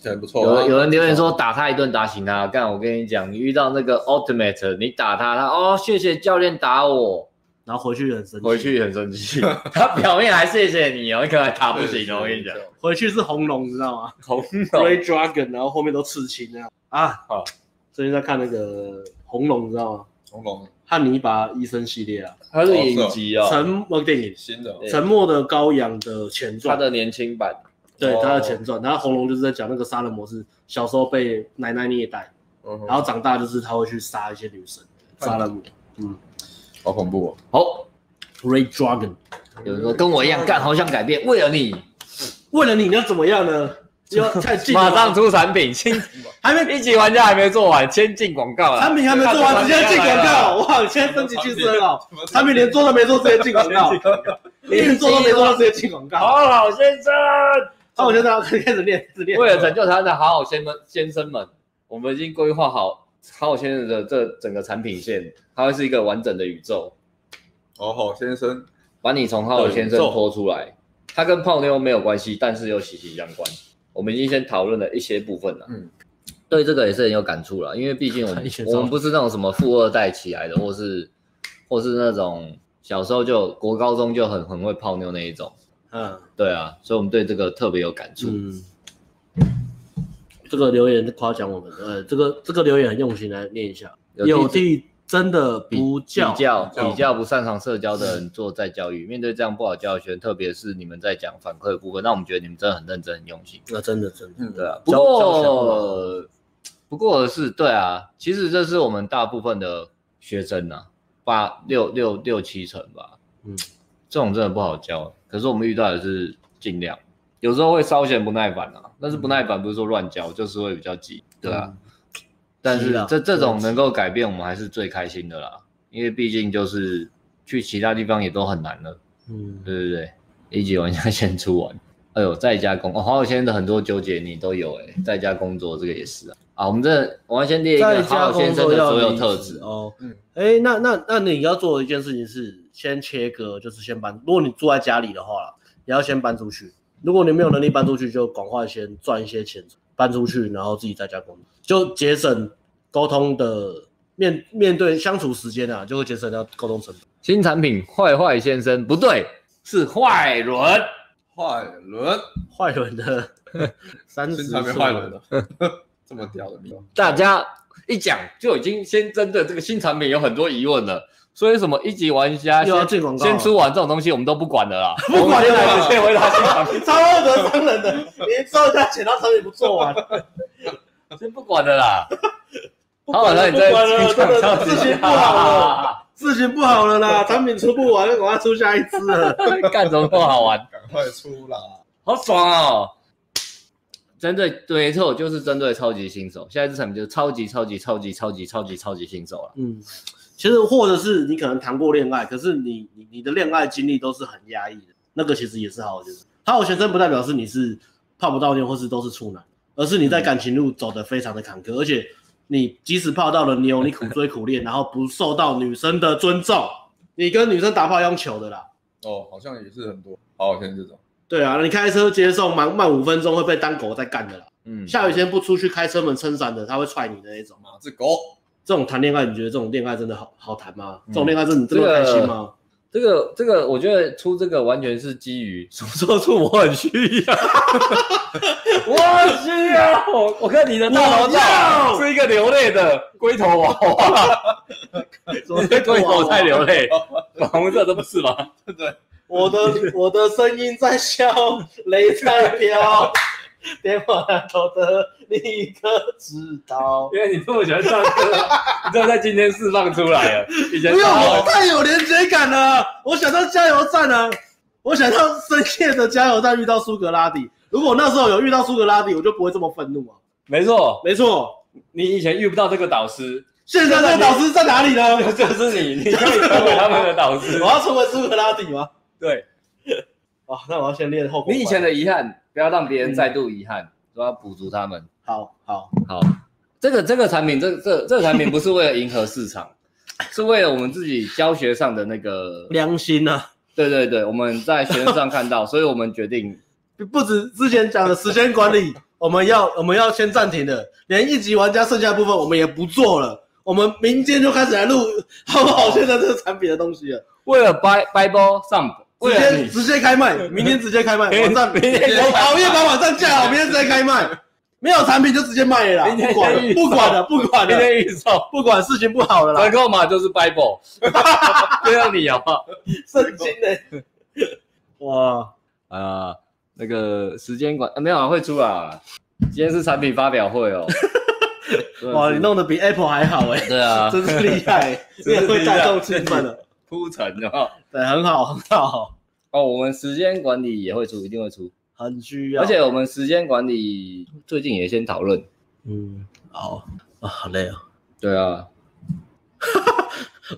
C: 现在不错
A: 有
B: 哦
C: 啊。
A: 人有人留言说打他一顿打醒他，干我跟你讲，你遇到那个 Ultimate，你打他，他哦谢谢教练打我，
B: 然后回去很生气，
A: 回去很生气， 他表面还谢谢你哦，你可能还
B: 啊
A: 打不醒哦，我跟你讲，
B: 回去是红龙，你知道吗
A: 红
B: ？Ray Dragon，然后后面都刺青那样啊
A: 好。
B: 最近在看那个红龙，你知道吗？
C: 红龙
B: 汉尼拔医生系列啊，
A: 他是影集哦，
B: 沉默电影
C: 新的哦
A: 对
B: 《沉默的羔羊》的前
A: 他
B: 传，
A: 的年轻版，
B: 对
C: 哦
B: 他的前传。然后红龙就是在讲那个杀人魔是小时候被奶奶虐待，
C: 嗯哼
B: 然后长大就是他会去杀一些女生，杀人魔。
C: 好恐怖哦，
A: 好，
B: Ray Dragon。
A: 有人说跟我一样干，好想改变，为了你，
B: 为了你，你要怎么 样呢？要太近了
A: 马上出产品，新
B: 还没
A: 一级玩家还没做完，先进广告了，
B: 产品还没做完，直接进广告。哇，你现在升级趋势 很 好，产品连做都哦没做，直接进广告，连做都没做，直接进 广告。
A: 好好先生，
B: 那我觉得大家开始练，开始练。
A: 为了拯救他的好好先生先生们，我们已经规划好好好先生的这整个产品线，它会是一个完整的宇宙，
C: 好好先生，
A: 把你从好好先生
C: 宇宙
A: 拖出来。它跟泡妞没有关系，但是又息息相关。我们已经先讨论了一些部分了，
C: 嗯，
A: 对这个也是很有感触了，因为毕 竟我们
B: 一些照
A: 我们不是那种什么富二代起来的，或是或是那种小时候就国高中就很很会泡妞那一种，
B: 嗯
A: 对啊，所以我们对这个特别有感触。
B: 嗯，这个留言夸奖我们，呃，这个这个留言很用心，来念一下。有地真的不叫嗯
A: 比较
C: 教
A: 比较不擅长社交的人做再教育，面对这样不好教的学生，特别是你们在讲反馈的部分，那我们觉得你们真的很认真、很用心。
B: 那真的真的，
C: 嗯
A: 对啊，不
B: 教教学
A: 过不过是对啊，其实这是我们大部分的学生啊，八六六六七成吧，嗯
B: 嗯，
A: 这种真的不好教。可是我们遇到的是尽量，有时候会稍显不耐烦啊，但是不耐烦不是说乱教，就是会比较急，对啊。但是
B: 是啊
A: 这这种
B: 是啊
A: 能够改变，我们还是最开心的啦，因为毕竟就是去其他地方也都很难了，
B: 嗯，
A: 对不对？一级玩家先出完，哎呦，在家工哦，好友先生的很多纠结你都有哎、在家工作这个也是啊。啊，我们这我要先列一
B: 在
A: 个
B: 家
A: 好友
B: 工
A: 先生
B: 作
A: 的
B: 要
A: 所有
B: 离
A: 特
B: 职
A: 质。
B: 哦。
C: 嗯
B: 哎、那那那你要做的一件事情是先切割，就是先搬。如果你住在家里的话啦，也要先搬出去。如果你没有能力搬出去，就赶快先赚一些钱搬出去，然后自己在家工作，就节省沟通的面面对相处时间啊，就会节省掉沟通成本。
A: 新产品坏坏先生不对，是坏人。
C: 坏人，
B: 坏人 的三十
C: 新产品坏人了， 这么屌的名字，
A: 大家一讲就已经先针对这个新产品有很多疑问了，所以什么一级玩家
B: 又要
A: 先
B: 进广告了
A: 先出完这种东西，我们都不管了啦，
B: 不管了
A: 我们就先回答新产品，
B: 超恶德商人的，你知道他钱到产品不做 完，
A: 先不管了啦。
B: 管
A: 好，
B: 了
A: 那你再
B: 不管了
A: 请讲
B: 真的
A: 到底
B: 事情不好了，事情不好了 啦，产品出不完，赶快出下一支了。
A: 干什么不好玩？
C: 赶快出啦！
A: 好爽哦！针对对，没错，就是针对超级新手。现在这产品就是超级超级超级超级超级超级新手了。
B: 嗯，其实或者是你可能谈过恋爱，可是你你你的恋爱经历都是很压抑的，那个其实也是好的。就是好有学生不代表是你是泡不到妞或是都是处男，而是你在感情路走得非常的坎坷，而且你即使泡到了妞，你苦追苦恋，然后不受到女生的尊重，你跟女生打炮用球的啦。
C: 哦，好像也是很多，好，现在这种，
B: 对啊，你开车接送慢慢五分钟会被当狗在干的啦。
A: 嗯，
B: 下雨天不出去开车门撑伞的，他会踹你的那种。
C: 马子狗，
B: 这种谈恋爱，你觉得这种恋爱真的好好谈吗？
A: 嗯
B: 这种恋爱真的真的开心吗？
A: 这个这个，我觉得出这个完全是基于什么时候出我很需 要，我很需要，我我看你的大头照
B: 我要
A: 是一个流泪的龟头娃娃，
B: 怎 么
A: 龟
B: 会
A: 头在流泪， 粉红色的不是吗？
B: 我的我的声音在笑，雷在飙， 电话那头的立刻知 道。
A: 因为你这么喜欢唱歌，你只有在今天释放出来了，以前
B: 不用，
A: 超
B: 我太有连接感了。我想到加油站啊，我想到深夜的加油站遇到苏格拉底。如果我那时候有遇到苏格拉底，我就不会这么愤怒啊。
A: 没错，
B: 没错，
A: 你以前遇不到这个导师，
B: 现在这个导师在哪里呢？
A: 就是你，你可以成为他们的导师
B: 我。要成为苏格拉底吗？
A: 对
B: 啊，那我要先练后宫吧。
A: 你以前的遗憾，不要让别人再度遗憾，都要补足他们。
B: 好好，
A: 好，这个这个产品，这这这个产品不是为了迎合市场，是为了我们自己教学上的那个。
B: 良心啊，
A: 对对对，我们在学生上看到，所以我们决定
B: 不不止之前讲的时间管理， 我们要我们要先暂停了，连一级玩家剩下的部分我们也不做了，我们明天就开始来录 好不好？现在这个产品的东西了，
A: 为了 Bi- Bible 上，
B: 直
A: 为了
B: 接
A: 啊你，
B: 直接开卖，明天直接开卖，
A: 明天
B: 晚上
A: 明天
B: 我熬夜把晚上架好，明天直接开卖，没有产品就直接卖了啦，
A: 明天
B: 不管了
A: 先预售
B: 不管了不管
A: 今
B: 了，
A: 天预售
B: 不管事情不好了啦
A: 折，扣码就是 Bible，就让你好不好？
B: 圣经呢？哇，
A: 啊，那个时间管、啊、没有啊，会出啊。今天是产品发表会 哦。
B: 哇，你弄得比 Apple 还好哎、
A: 对啊，
B: 真是厉害、 你也会带动气氛了。
A: 铺陈的哦。
B: 对，很好，很好，
A: 哦，我们时间管理也会出，一定会出。
B: 很需要。
A: 而且我们时间管理最近也先讨论。
B: 嗯，好啊，好累哦。
A: 对啊，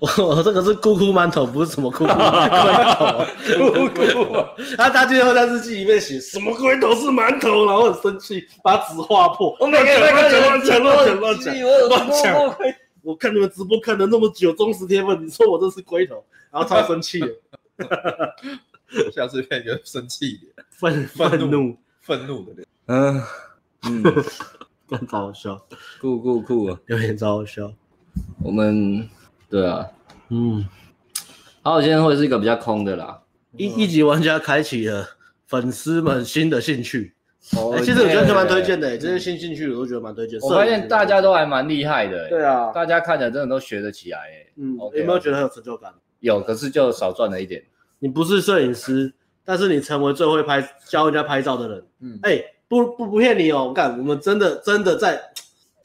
B: 我我这个是咕咕馒头，不是什么咕咕馒头。咕咕，他他今天会在日记里面写什么龟头是馒头，然后很生气，把纸划破。
A: 我每天
B: 乱讲乱讲乱讲乱讲，
A: 乱
B: 乱
A: 讲
B: 讲。我看你们直播看了那么久，忠实铁粉，你说我这是龟头，然后超生气的，
C: 下次变一个生气一点、
B: 愤愤怒，
C: 愤怒的脸。
A: 嗯嗯，
B: 真超好笑，
A: 酷酷酷啊！
B: 有点超好笑。
A: 我们对啊，
B: 嗯，
A: 好，我今天会是一个比较空的啦。
B: 一一级玩家开启了粉丝们新的兴趣。
A: 哦
B: 欸其实我觉得蛮推荐的、欸，这些新兴趣我都觉得蛮推荐。
A: 嗯我发
B: 摄影
A: 现
B: 的
A: 大家都还蛮厉害的、欸，
B: 对啊，
A: 大家看的真的都学得起来、欸，
B: 嗯
A: OK
B: 有没有觉得很有成就感？
A: 有，可是就少赚了一点。
B: 你不是摄影师，但是你成为最会拍教人家拍照的人。
C: 嗯，
B: 哎、不不不骗你哦，我干，我们真的真的在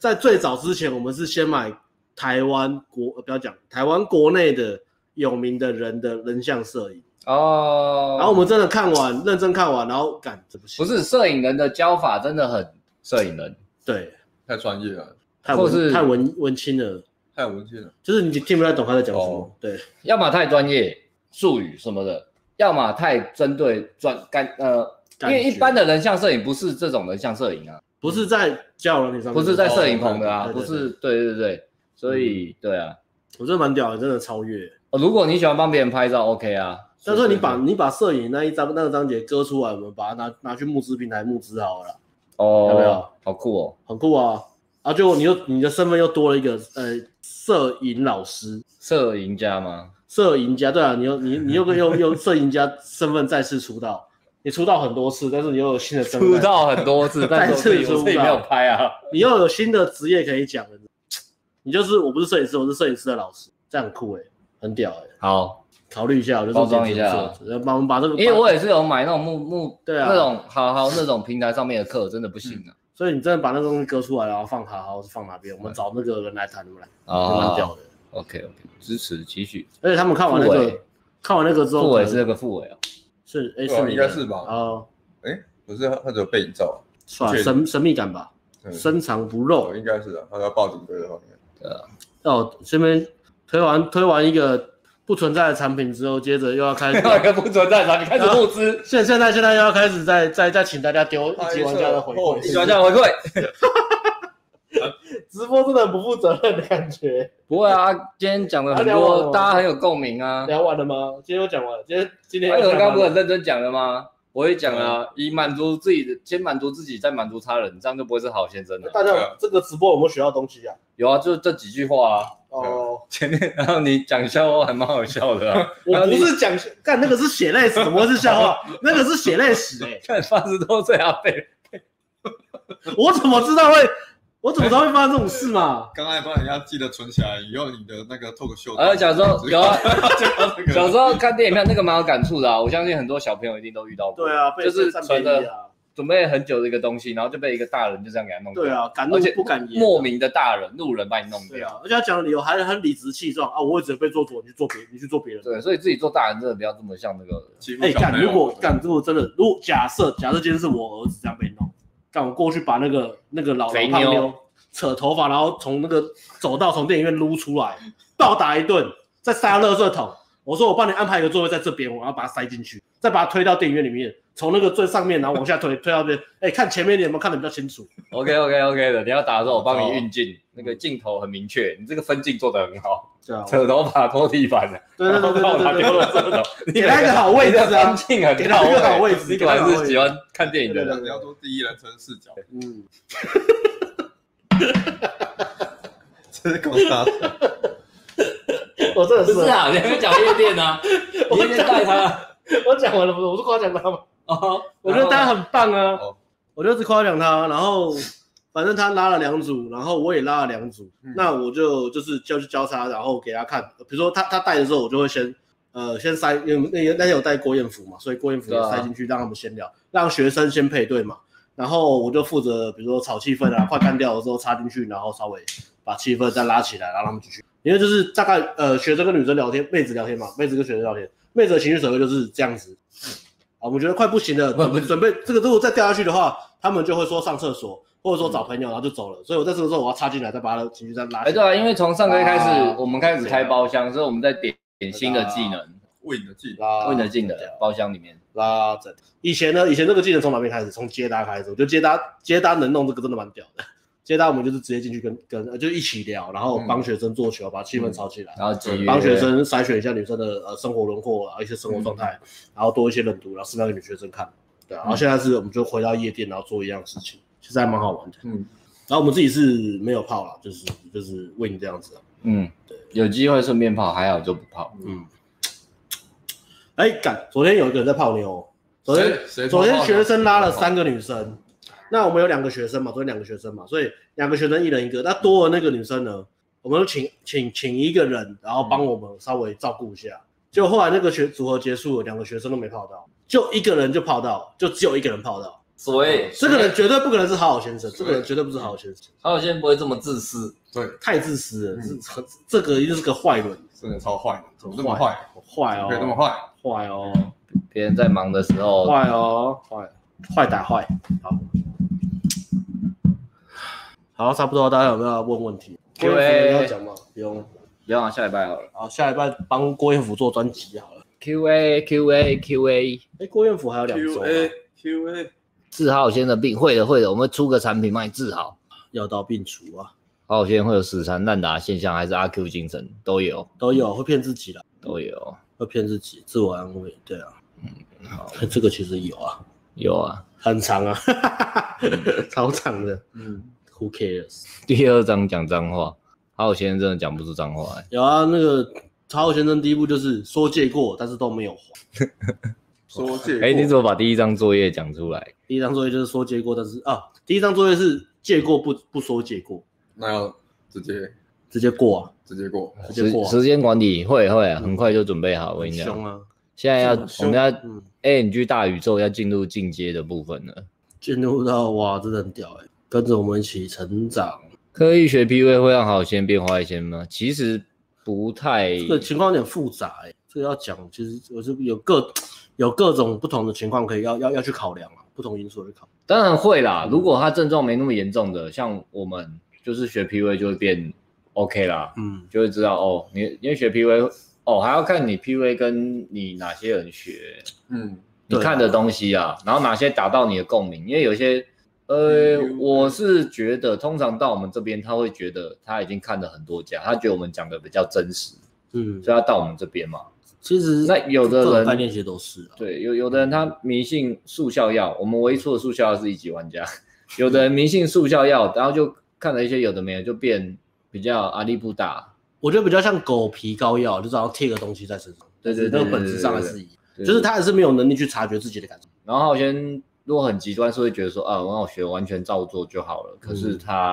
B: 在最早之前，我们是先买台湾国，呃不要讲台湾国内的有名的人的人像摄影，
A: 哦，
B: 然后我们真的看完，认真看完，然后干，这不行，
A: 不是摄影人的教法真的很摄影人，
B: 对，
C: 太专业了，
B: 太
A: 或是
B: 文太文文青了，
C: 太文静了。
B: 就是你听不太懂他在讲什么，
C: 哦
B: 对。
A: 要么太专业术语什么的，要么太针对专干呃因
B: 感觉
A: 为一般的人像摄影不是这种人像摄影啊，
B: 不是在交友软体上
A: 不
B: 面，
A: 是在摄影
B: 哦
A: 棚的啊，
B: 对嗯
A: 不
B: 对对
A: 是对对对，所以对啊，
B: 我觉得蛮屌的，真的超越。
A: 哦如果你喜欢帮别人拍照，OK 啊，
B: 但是你把你把摄影那一张那个章节割出来，我们把它拿拿去募资平台募资好了啦，
A: 哦，
B: 有没有？
A: 好酷哦，
B: 很酷啊！啊，结果你又你的身份又多了一个呃摄影老师、
A: 摄影家吗？
B: 摄影家，对啊，你又你你又又又摄影家身份再次出道，你出道很多次，但是你又有新的身份，
A: 出道很多 次，但是我自
B: 再次
A: 己
B: 出道
A: 我自己没有拍啊。
B: 你又有新的职业可以讲了，你就是我不是摄影师，我是摄影师的老师，这样很酷哎、很屌哎、
A: 好，
B: 考虑一下，我就
A: 包装一下啊
B: 呃把我们把这个，
A: 因为我也是有买那种木木，
B: 对啊
A: 那种好好那种平台上面的课，真的不行啊。
B: 所以你真的把那个东西割出来，然后放它，然后放哪边，我们找那个人来谈，你们来，蛮屌
A: 哦
B: 的。
A: ，OK OK，支持期许。
B: 而且他们看完那
A: 傅
B: 个
A: 伟，
B: 看完那个之后，
A: 副委是那个副 委哦，，
B: 是哎，
C: 对啊
B: 是你
C: 应该
B: 的
C: 是吧
B: 哦，
C: 哎，不是，他只有背影照，
B: 算了
C: 确实
B: 神神秘感吧，
C: 嗯
B: 深藏不露
C: 哦，应该是啊，他要报警队的话，应该
B: 哦。这边推完推完一个不存在的产品之后，接着又要 开始
A: 个不存在的，你开始募资，
B: 现现在现在又要开始再再再请大家丢一级玩家的回
C: 哦一
A: 喜
C: 级
B: 馈，
A: 欢这样回馈。
B: 直播真的很不负责任的感 觉。
A: 不会啊，今天讲的很
B: 啊聊完了
A: 多，
B: 吗
A: 大家很有共鸣啊。
B: 聊完了吗？今天我讲完了，今天今天
C: 哎
A: 还有
B: 又
A: 人
B: 讲
A: 刚
B: 完
A: 不是
B: 了
A: 很认真讲啊了吗？我也讲了、啊，以满足自己的，先满足自己，再满足他人，这样就不会是好先生了。
B: 大家
C: 啊
B: 有这个直播有没有学到东西啊？
A: 有啊，就这几句话啊。
B: 哦，
A: 前面，然后你讲笑话还蛮好笑的、啊，
B: 我不是讲干那个是血泪史，怎么会是笑 话？那个是血泪史哎、
A: 看八十多岁阿贝，
B: 我怎么知道会？我怎么知道会发生这种事嘛？
C: 刚才帮人家记得存起来，以后你的那个 talk show，
A: 然后小时候有啊，小时
C: 候
A: 候看电影票那个蛮有感触的啊，我相信很多小朋友一定都遇到过。
B: 对啊，被
A: 就是
B: 占便
A: 存
B: 宜
A: 了
B: 啊，
A: 准备很久的一个东西，然后就被一个大人就这样给他弄掉。
B: 对，啊，敢怒
A: 而且
B: 不敢言，
A: 莫名的大人路人把你弄
B: 对
A: 掉。
B: 啊，而且他讲的理由还很理直气壮啊，我也只能被做主，你去做别，你去做别人。
A: 对，所以自己做大人真的不要这么像 那个。
C: 欺负
B: 哎，
C: 小
B: 干，
C: 朋友
B: 如果干，如果真的，如果假设假设今天是我儿子这样被弄，干，我过去把那个那个老
A: 肥
B: 老胖
A: 妞
B: 妞扯头发，然后从那个走道从电影院撸出来，暴打一顿，再塞到垃圾桶。我说我帮你安排一个座位在这边，我要把它塞进去，再把它推到电影院里面，从那个最上面，然后往下推，推到这边。哎、看前面你有没有看得比较清楚？
A: OK OK OK 的，你要打的时候我帮你
C: 哦
A: 运镜，那个镜头很明确，你这个分镜做得很好，
B: 对啊，
A: 扯头发拖地板的，啊
B: 对对对对
A: 然后把
B: 对
A: 丢
B: 对
A: 了
B: 对
A: 这种，你
B: 给他一个好位置啊
A: 你的分镜很
B: 给他一个好位置啊
A: 你
B: 给
A: 果
B: 他一个
A: 然
B: 好位置
A: 是喜欢看电影的人。
C: 你要做第一人称视角，
B: 嗯，
C: 这是啊搞啥？
B: 我真的
A: 不
B: 是，
A: 是啊，你还没讲夜店 啊，你夜店带他
B: 我讲完了，我是夸奖他嘛，
A: 哦，
B: 我觉得他很棒啊
C: 哦，
B: 我就一直夸奖他，然后反正他拉了两组，然后我也拉了两组，
C: 嗯
B: 那我就就是交去交叉，然后给他看，比如说他他带的时候，我就会先。呃，先塞，因为那那天有带郭彦甫嘛，所以郭彦甫
A: 对
B: 也
A: 啊
B: 塞进去，让他们先聊，让学生先配对嘛。然后我就负责，比如说炒气氛啊，快干掉的时候插进去，然后稍微把气氛再拉起来，然后让他们继续。因为就是大概呃，学生跟女生聊天，妹子聊天嘛，妹子跟学生聊天，妹子的情绪水位就是这样子。啊，我们觉得快不行了，
A: 不不
B: 准准备这个如果再掉下去的话，他们就会说上厕所，或者说找朋友，然后就走了。所以我在这个时候我要插进来，再把他的情绪再拉
A: 哎
B: 起
A: 对
B: 来。
A: 啊，因为从上个月开
B: 啊
A: 始，我们开始开包厢，所以我们在点点新的技能，
C: 为你的技能，
B: 拉
A: 问的技能，包厢里面。
B: 拉整。以前呢，以前这个技能从哪边开始？从接单开始。我觉得接单接单能弄这个真的蛮屌的。接单我们就是直接进去跟跟呃就一起聊，然后
A: 嗯
B: 帮学生做球，把气氛炒起来，
A: 然后集约
B: 帮学生筛选一下女生的呃生活轮廓啊，一些生活状
C: 嗯
B: 态，然后多一些冷读，然后示范给女学生看。对啊，然后现在是我们就回到夜店，然后做一样事情，其实还蛮好玩的。
C: 嗯，
B: 然后我们自己是没有泡啦，就是就是为你这样子啊。
A: 嗯，有机会顺便泡，还好就不泡。
B: 嗯。哎，干！昨天有一个人在泡妞， 哦昨天
C: 谁谁
B: 昨
C: 泡
B: 天
C: 泡
B: 学
C: 妞
B: 生拉了三个女生，那我们有两个学生嘛，昨天两个学生嘛，所以两个学生一人一个，那多了那个女生呢，我们就请请请一个人，然后帮我们稍微照顾一下。结果后来那个学组合结束了，两个学生都没泡到，就一个人就泡到，就只有一个人泡到。
A: 所以
B: 这个人绝对不可能是好好先生，这
C: 对
B: 个人绝对不是好好先生，
A: 好先生不会这么自私，
C: 对，
B: 太自私了，
C: 嗯
B: 这这个一定是个坏人，
C: 真的超坏的，怎么这么
B: 坏
C: 坏？
B: 坏哦
C: 怎么可以这么，坏？
B: 坏哦。
A: 别人在忙的时候，
B: 坏哦，坏，坏打坏，好，好，差不多，大家有没有要问问题？
A: Q&A
B: 郭彦甫有要讲吗？不用。
A: 别往下礼拜好了。
B: 好，下一半帮郭彦甫做专辑好了。
A: Q A Q A Q A，
B: 哎，郭彦甫还有两周
C: Q
B: 啊，
C: A Q&A，
A: 治好先生的病，会的会的，我们出个产品帮你治好。
B: 药到病除啊，
A: 好好先生会有死缠烂打的现象，还是阿 Q 精神都有
B: 都有会骗自己的，
A: 都有
B: 会骗自己，自我安慰，对啊，嗯，这个其实有啊，
A: 有啊。
B: 很长啊， 超长的
C: 嗯，
B: ，Who cares？
A: 第二章讲脏话，好好先生真的讲不出脏话、欸，
B: 有啊，那个曹浩先生第一步就是说借过，但是都没有还。
C: 说借
A: 哎、你怎
C: 么？
A: 么把第一章作业讲出来？
B: 第一张作业就是说借过，但是啊，第一张作业是借过不不说借过，
C: 那要直接
B: 直接过啊，
C: 直接过，
B: 直接
A: 时
B: 过啊，
A: 时间管理会会、啊，很快就准备好。我跟
B: 很
A: 你
B: 凶
A: 讲，
B: 啊，
A: 现在要哎我
C: 凶
A: 们要
B: 嗯，
A: ANG 大宇宙要进入进阶的部分了。
B: 进入到哇，真的很屌哎、跟着我们一起成长。
A: 刻意学 P V 会让好先变坏先吗？其实不太，
B: 这个情况有点复杂哎、这个要讲，其实我是有各有各种不同的情况可以要要要去考量啊，不同因素去考。
A: 当然会啦。如果他症状没那么严重的，像我们就是学 P V 就会变 OK 啦，
B: 嗯，
A: 就会知道哦，你因为学 P V 哦还要看你 P V 跟你哪些人学，
C: 嗯，
A: 你
B: 对啊
A: 看的东西啊，然后哪些打到你的共鸣，因为有些。
B: 嗯
A: 呃，我是觉得，通常到我们这边，他会觉得他已经看了很多家，他觉得我们讲的比较真实，
B: 嗯，
A: 所以他到我们这边嘛。
B: 其实
A: 那有的
B: 这种
A: 人
B: 概念其实都是啊，
A: 对，有有的人他迷信速效药，我们唯一出的速效药是一级玩家， 有的人迷信速效药，然后就看了一些有的没的，就变比较阿力不打，
B: 我觉得比较像狗皮膏药，就是好像贴个东西在身上，
A: 对对对
B: 那个本质上还
A: 对
B: 是一样，
A: 对
B: 就是。他还是没有能力去察觉自己的感受。
A: 然后好像如果很极端，是会觉得说啊，我让我学完全照做就好了。可是他、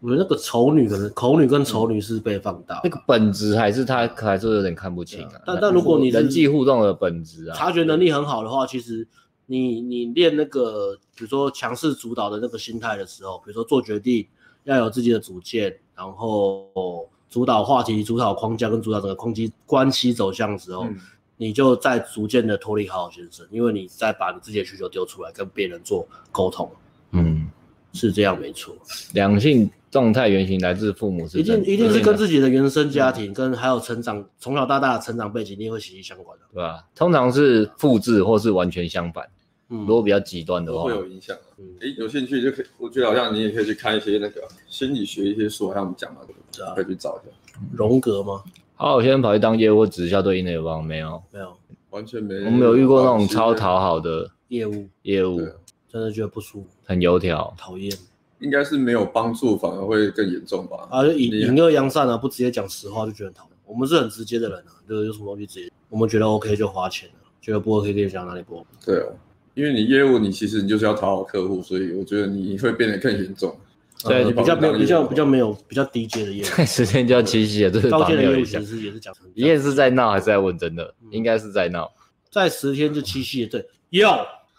B: 我觉得那个丑女可能丑女跟丑女是被放大，
A: 那个本质还是他还是有点看不清
B: 对
A: 啊
B: 啊。但但如果你是
A: 人际互动的本质啊，
B: 察觉能力很好的话，其实你你练那个，比如说强势主导的那个心态的时候，比如说做决定要有自己的主见，然后主导话题、主导框架跟主导整个空气关系走向的时候，
C: 嗯
B: 你就在逐渐的脱离好好先生，因为你在把你自己的需求丢出来跟别人做沟通，
A: 嗯，
B: 是这样没错。
A: 两性动态原型来自父母是
B: 一定
A: 真
B: 一定是跟
A: 的
B: 自己的嗯原生家庭跟还有成长从小到大的成长背景一定会息息相关的。
A: 对吧？通常是复制或是完全相反。
B: 嗯
A: 如，果比较极端的
C: 都
A: 话
C: 会，有影响、啊。
B: 嗯
C: 诶，有兴趣就可以，我觉得好像你也可以去看一些那个心理学一些书，好像我们讲到
B: 是
C: 这
B: 啊
C: 个，可以去找一下。
B: 荣格吗？
A: 好，我先跑去当业务或直销对应的有帮没有？
B: 没有
C: 完全没，
A: 我们有遇过那种超讨好的
B: 业务，
A: 业务
C: 对，啊，
B: 真的觉得不舒服，
A: 很油条。
B: 讨厌
C: 应该是没有帮助，反而会更严重吧？
B: 啊！就引
C: 你
B: 引恶扬善啊，不直接讲实话就觉得很讨厌。我们是很直接的人啊，就是有什么东西直接，我们觉得 OK 就花钱了，觉得不 OK 跟你讲哪里不 OK。
C: 对哦，因为你业务，你其实你就是要讨好客户，所以我觉得你会变得更严重。
A: 对
B: 呃
A: 就
B: 比较没有
C: 帮
B: 比
C: 你
B: 较
C: 当业务
B: 比较没有比较低阶的 业务，
A: 看时间就要七夕了，这是
B: 高
A: 把
B: 阶的
A: 没有
B: 业务
A: 一
B: 其
A: 下
B: 实。是也嗯是讲成
A: 你也是在闹还是在问？真的，应该是在闹。
B: 在十天就七夕了，对，有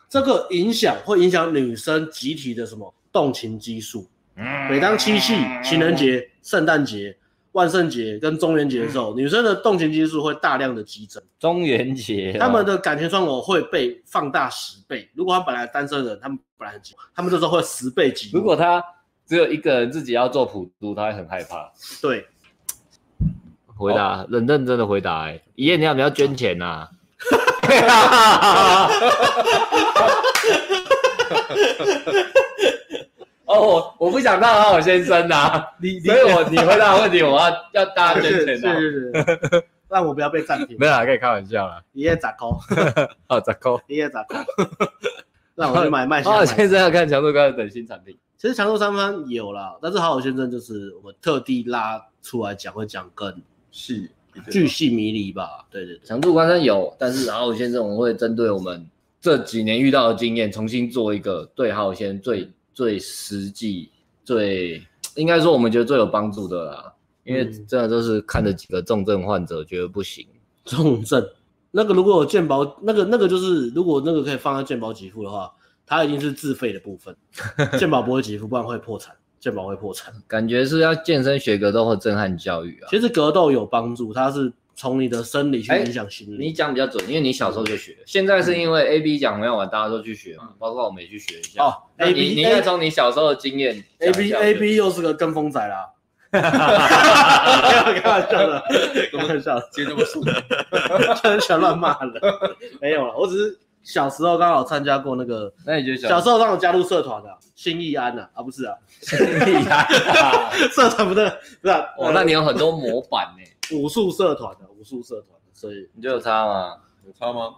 B: 这个影响会影响女生集体的什么动情激素。每当七夕、情人节、圣诞节、万圣节跟中元节的时
A: 嗯
B: 候，女生的动情激素会大量的激增，
A: 中元节，啊
B: 她们的感情窗口会被放大十倍。如果她本来单身的人，她们本来很寂寞，她们这时候会十倍寂寞。
A: 如果他只有一个人自己要做普渡，他会很害怕。哦
B: 对，
A: 回答，很认真的回答。哎，一夜你要不要捐钱啊呐？ 哦，我我不想闹啊，我先生呐。
B: 你
A: 所以我你回答问题，我要要大家捐钱 啊。
B: 是是是，让我不要被暂停。
A: 没有啦，可以开玩笑啦。哦
B: 一夜咋抠，
A: 好，咋扣？
B: 一夜咋抠，让我去买卖
A: 哦，
B: 香。
A: 先生要看强度高的等新产品。
B: 其实强度三番有啦，但是好好先生就是我们特地拉出来讲，会讲更
C: 细一点吧
B: 巨细迷离吧。对对对，
A: 强度关山有，但是好好先生，我们会针对我们这几年遇到的经验，重新做一个对好好先生最最实际、最应该说我们觉得最有帮助的啦。因为
B: 嗯
A: 真的就是看着几个重症患者，觉得不行，
B: 重症那个如果有健保，那个那个就是如果那个可以放在健保给付的话，它一定是自费的部分，健保不会给付，不然会破产，健保会破产。
A: 感觉是要健身学格斗或震撼教育啊。
B: 其实格斗有帮助，它是从你的生理去影响心理。
A: 哎你讲比较准，因为你小时候就学，现在是因为 A B 讲没有玩，啊大家都去学嘛，包括我们也去学一下。
B: 嗯哦
A: 那你
B: AB
A: 你应该从你小时候的经验
B: A B A B 又是个跟风仔 啦，开玩笑的，开玩笑的。
C: 接这么顺，
B: 真的想乱骂人，没有了，我只是小时候刚好参加过那个，
A: 那你觉得
B: 小
A: 小
B: 时候刚好加入社团的、啊、新义安呐、啊，啊不是啊，
A: 厉害啊？
B: 社团不对，不是、啊，
A: 哦，那你有很多模板呢，
B: 武术社团的、武术社团的，所以
A: 你就有差吗？
C: 有差吗？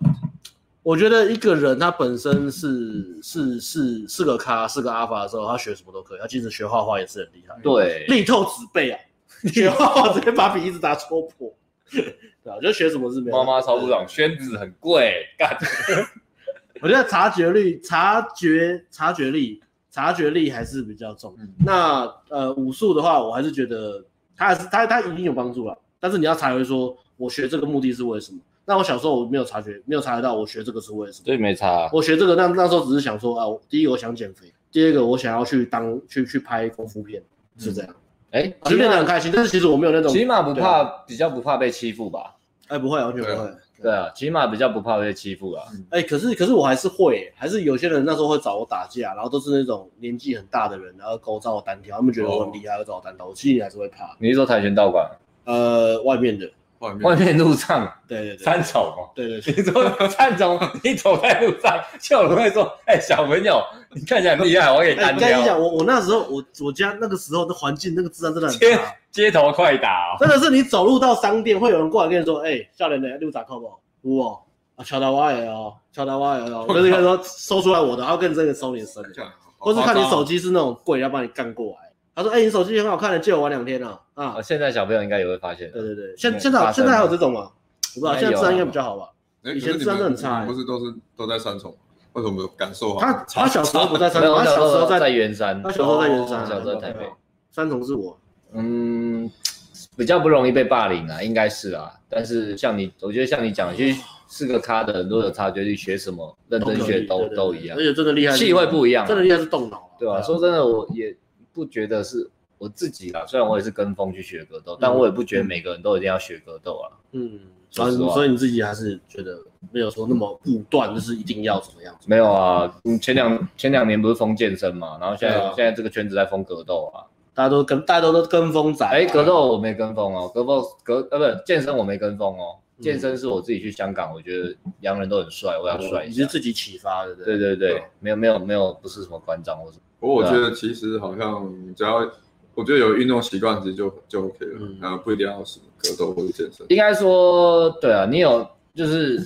B: 我觉得一个人他本身是是是是个咖，是个阿法的时候，他学什么都可以，他即使学画画也是很厉害，
A: 对，
B: 力透纸背啊， 学画画直接把笔一直打戳破，对啊，我觉得学什么是没有
A: 妈妈超不爽，宣纸很贵，干。
B: 我觉得察觉力、察觉、察觉力、察觉力还是比较重。
C: 嗯
B: 那呃，武术的话，我还是觉得它还是它它一定有帮助了。但是你要察觉说，我学这个目的是为什么？那我小时候我没有察觉，没有察觉到我学这个是为什么。
A: 所以没差啊。
B: 我学这个那那时候只是想说啊，我第一个我想减肥，第二个我想要去当去去拍功夫片，是这样。
A: 哎，
B: 其实变得很开心，但是嗯其实我没有那种，
A: 起码不
B: 对
A: 怕，
B: 啊
A: 比较不怕被欺负吧？
B: 哎、不会完全不会。
A: 对啊，起码比较不怕被欺负啊。
B: 哎、可是可是我还是会耶、还是有些人那时候会找我打架，然后都是那种年纪很大的人，然后勾找我单挑，他们觉得我很厉害，要找我单挑，我心里还是会怕。
A: 你是说跆拳道馆
B: 呃，外面的，
C: 外面
A: 外面路上
B: 啊对对啊对，
A: 三丑吗？
B: 对对对，
A: 你说三种，你走在路上，就有人会说：“哎，小朋友，你看起来很厉害，我给你
B: 哎、
A: 单
B: 我跟你
A: 挑。
B: 讲，我我那时候我我家那个时候的环境，那个治安真的很
A: 街
B: 差，
A: 街头快打哦，
B: 真的是你走路到商店，会有人过来跟你说，哎、少年的六咋扣不？有哦，啊，敲到我也哦，敲到我也哦，就是跟你说收出来我的，然后跟真的收你的身
C: 这样好
B: 或是看你
C: 夸张啊
B: 手机是那种贵，要把你干过来。他说：“哎、你手机很好看的，借我玩两天啊。”啊
A: 哦，现在小朋友应该也会发现，
B: 对对对，现
A: 对
B: 现在
A: 发
B: 现
A: 生
B: 在还有
A: 了
B: 这种吗？我不知道，
A: 应该
B: 现在
A: 有
B: 治安应该
A: 啊
B: 比较好吧。
C: 哎
B: 以前
C: 可是你
B: 治安真
C: 们
B: 的很差哎
C: 你们不是都是都在三重，为什么感受
B: 他
C: 啊？
B: 他小时候不在三
A: 没有
B: 重，
A: 我小
B: 他
A: 时
B: 小时候
A: 候在
B: 在
A: 圆山，
B: 他小时候在圆山
A: 我
B: 啊，
A: 小时候在台北，
B: 三重是我，
A: 嗯，比较不容易被霸凌啊，应该是啊。但是像你，我觉得像你讲，其实是个咖的很多的察觉力，学什么认真
B: 可
A: 学
B: 以
A: 都
B: 对对
A: 都
B: 对
A: 一样
B: 而，且真的厉害是，
A: 气会不一样啊，
B: 真的厉害是动脑啊，
A: 对吧、说真的，我也不觉得是我自己啦，虽然我也是跟风去学格斗，但我也不觉得每个人都一定要学格斗啊。
B: 嗯，所
A: 说
B: 以
A: 实话
B: 所以你自己还是觉得没有说那么武断，就是一定要怎么样。
A: 没有啊，你前两前两年不是封健身嘛，然后现在、
B: 对啊
A: 现在这个圈子在封格斗啊。
B: 大家都跟大家都都跟风仔啊，
A: 哎，格斗我没跟风哦，格斗格呃不健身我没跟风哦，
B: 嗯
A: 健身是我自己去香港，我觉得洋人都很帅，我要帅一
B: 你
A: 下
B: 是。自己启发的，不
A: 对对对，没有没有没有，不是什么馆长或什么。
C: 不过我觉得其实好像只要我觉得有运动习惯，其实就就 OK 了
B: 嗯，
C: 然后不一定要什么格斗或者健身。
A: 应该说，对啊，你有就是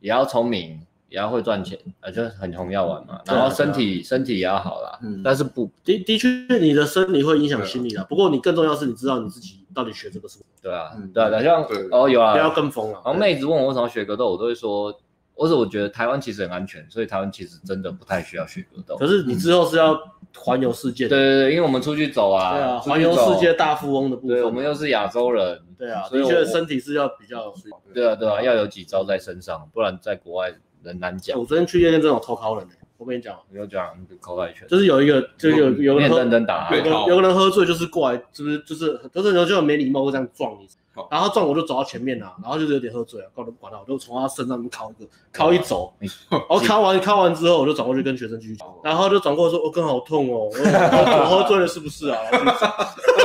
A: 也要聪明，也要会赚钱，啊，就是很红药丸嘛。
B: 对啊
A: 然后身体、身体也要好啦，
C: 嗯
A: 但是不
B: 的的确，你的生理会影响
C: 对啊
B: 心理的。不过你更重要是你知道你自己到底学这个什么，
A: 对啊，
C: 嗯
A: 对啊，对啊像
C: 对
A: 哦有啊，
B: 不要跟风啊。
A: 然后妹子问我为什么要学格斗，我都会说，或者我觉得台湾其实很安全，所以台湾其实真的不太需要学格斗。
B: 可是你之后是要环游世界
A: 对
B: 的，
A: 对嗯对，因为我们出去走啊，
B: 对啊，
A: 出去
B: 环游世界
A: 走，
B: 大富翁的部分，
A: 对我们又是亚洲人，
B: 对啊，
A: 所以
B: 的
A: 我
B: 确身体是要比较。
A: 对啊对啊，要有几招在身上，不然在国外人难讲。
B: 我昨天去夜店真的有偷考人呢，我跟你讲，哦
A: 你就讲口外拳，
B: 就是有一个，就是有有个
A: 你
B: 人
A: 很
B: 喝
A: 认，真打啊，
B: 有
C: 对
B: 个有个人喝醉就是过来，是不是就是就是人就很没礼貌，会这样撞你
C: 好。
B: 然后他撞我就走到前面啦、然后就是有点喝醉啊，管都不管他，我就从他身上敲一个，敲一走，
A: 你
B: 然后敲完敲完之后，我就转过去跟学生继续讲，然后他就转过来说：“我、哦、跟好痛哦，我我喝醉了是不是啊？”然后就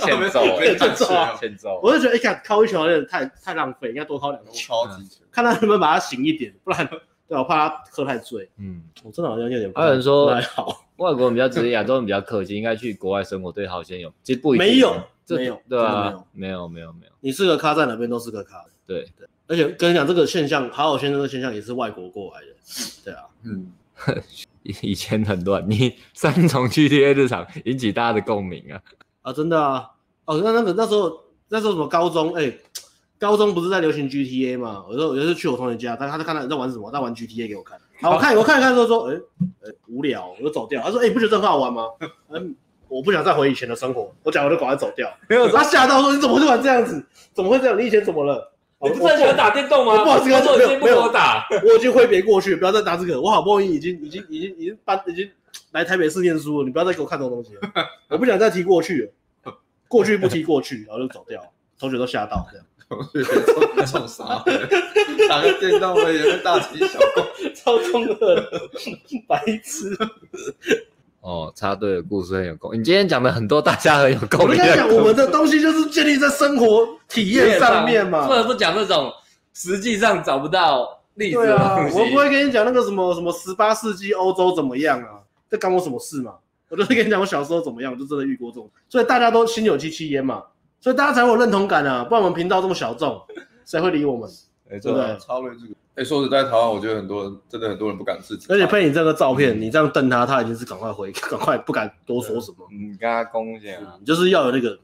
A: 欠揍啊，
C: 被
B: 欠揍啊
A: 欠揍啊。
B: 我就觉得，哎、看敲一拳好像有点太太浪费，应该多敲两球，
C: 超级强，
B: 看他能不能把他醒一点，不然 对我怕他喝太醉。
A: 嗯，
B: 我真的好像有点不太
A: 还有人说
B: 不太好，
A: 外国人比较直接，亚洲人比较客气，应该去国外生活对好先有，其实不一定
B: 没有
A: 这
B: 没有
A: 对
B: 真的
A: 啊，没有没有没有，
B: 你是个咖，在哪边都是个咖。
A: 对，
B: 而且跟你讲，这个现象，好好先生的现象也是外国过来的，对啊，
C: 嗯，
A: 以以前很乱，你三重 GTA 日常 引起大家的共鸣啊。
B: 啊，真的啊，哦，那那个那时候那时候什么高中，哎、高中不是在流行 GTA 嘛？我说我就是去我同学家，但他就看到你在玩什么，他玩 GTA 给我看，然后我看我看一看之后说，哎、哎、无聊，我就走掉。他说，哎、你不觉得这很好玩吗？ 嗯，我不想再回以前的生活，我讲我就赶快走掉。
A: 没有
B: 他吓到说，你怎么会玩这样子？怎么会这样？你以前怎么了？我
D: 你不是很喜欢打电动吗？
B: 我不好意思跟
D: 他
B: 他说
D: 说你
B: 没
D: 今
B: 有
D: 天不跟我打，
B: 我已经挥别过去，不要再打这个。我好不容易已经已经已经已经搬已经来台北市念书了，你不要再给我看这种东 西了，我不想再提过去了，过去不提过去，然后就走掉了，同学都吓到这样，
C: 我觉得冲啥？打个电动我也会大惊小怪。
B: 超中二的白痴。
A: 哦，插队的故事很有共。你今天讲的很多，大家很有
B: 我
A: 共
B: 跟
A: 鸣。
B: 你讲， 我们的东西就是建立在生活体验上面嘛
D: 不。能不讲那种实际上找不到例子
B: 对
D: 的
B: 啊，
D: 东西。
B: 我不会跟你讲那个什么什么十八世纪欧洲怎么样啊，这干我什么事嘛？我就是跟你讲我小时候怎么样，我就真的遇过这种，所以大家都心有戚戚焉嘛，所以大家才会有认同感啊，不然我们频道这么小众，谁会理我们？
C: 没
B: 错对
C: 哎超瑞这个。哎，说实在，台湾我觉得很多人真的很多人不敢自己，
B: 而且配你这个照片，你这样瞪他，他已经是赶快回， 赶快不敢多说什么，
A: 你跟他攻这样啊，
B: 你就是要有那个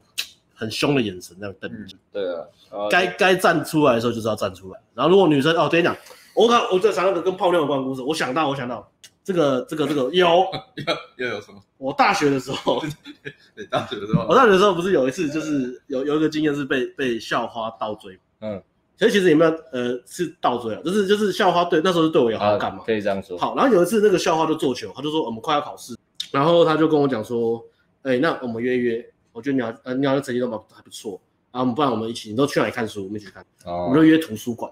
B: 很凶的眼神这样瞪。
C: 嗯
A: 对啊，呃
B: 该该站出来的时候就是要站出来。然后如果女生哦，跟你讲，我刚我在想到的跟泡妞有关的故事，我想到我想到这个这个这个有，
C: 要有什么？
B: 我大学的时候，
C: 你大学的时 候
B: 我大哦学的时候不是有一次就是有有一个经验是被被校花倒追，
A: 嗯，
B: 其实其实也没有呃是倒追啊，就是就是校花对那时候是对我有好
A: 啊
B: 感嘛，
A: 可以这样说，
B: 好，然后有一次那个校花就做球，他就说我们快要考试，然后他就跟我讲说，哎、那我们约一约，我觉得你好，呃，你好像成绩都蛮还不错，啊，我们不然我们一起，你都去哪里看书，我们一起去看，我们
A: 哦
B: 就约图书馆，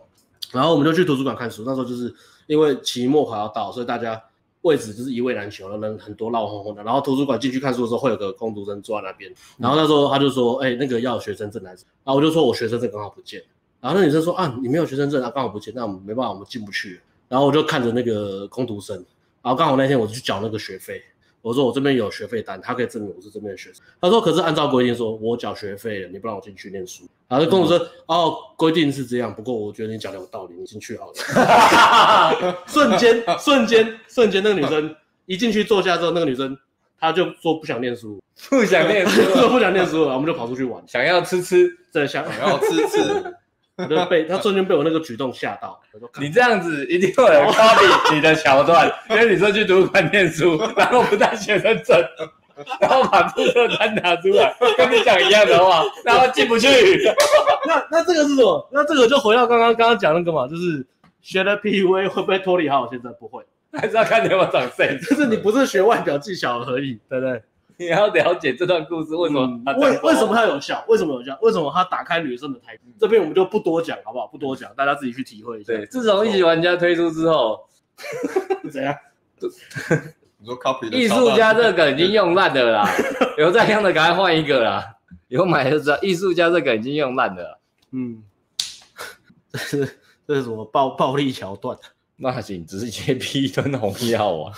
B: 然后我们就去图书馆看书。那时候就是因为期末考要到，所以大家位置就是一位难求，人很多，闹哄哄的。然后图书馆进去看书的时候，会有个工读生坐在那边，然后那时候他就说：“哎、那个要有学生证来着。”然后我就说：“我哦学生证刚好不见。”然后那女生说：“啊，你没有学生证，啊，刚好不见，那我们没办法，我们进不去。”然后我就看着那个工读生，然后刚好那天我去缴那个学费。我说我这边有学费单，他可以证明我是这边的学生。他说可是按照规定说，我缴学费了，你不让我进去念书。然后跟我说、哦，规定是这样，不过我觉得你讲的有道理，你进去好了。瞬间，瞬间，瞬间，那个女生一进去坐下之后，那个女生她就说不想念书，
A: 不想念书 了，
B: 说不想念书了，我们就跑出去玩。
A: 想要吃吃，
B: 在想，
C: 然后吃吃，
B: 我就被她瞬间被我那个举动吓到，我说
A: 你这样子一定会有人 copy 你的桥段，因为你说去图书馆念书，然后不带学生证，然后把注册单拿出来，跟你讲一样的话，然后进不去。
B: 那那这个是什么？那这个就回到刚刚刚刚讲那个嘛，就是学了 PUA 会不会脱离好好先生？不会，
A: 还是要看你有没有长 sense，
B: 就是你不是学外表技巧而已，对不对？
A: 你要了解这段故事为什么
B: 嗯
A: 它这样
B: 为
A: 做
B: 为什么它有效？为什么有效？为什么它打开女生的台？这边我们就不多讲，好不好？不多讲，大家自己去体会一下。
A: 嗯对，自从一级玩家推出之后，
B: 怎样？
C: 你说 copy 的
A: 艺术家这个梗已经用烂了啦，有在用的赶快换一个啦，有买就知道，艺术家这个梗已经用烂了啦，
B: 嗯， 这是这是什么暴暴力桥段？
A: 那行，只是接批吞红药 啊，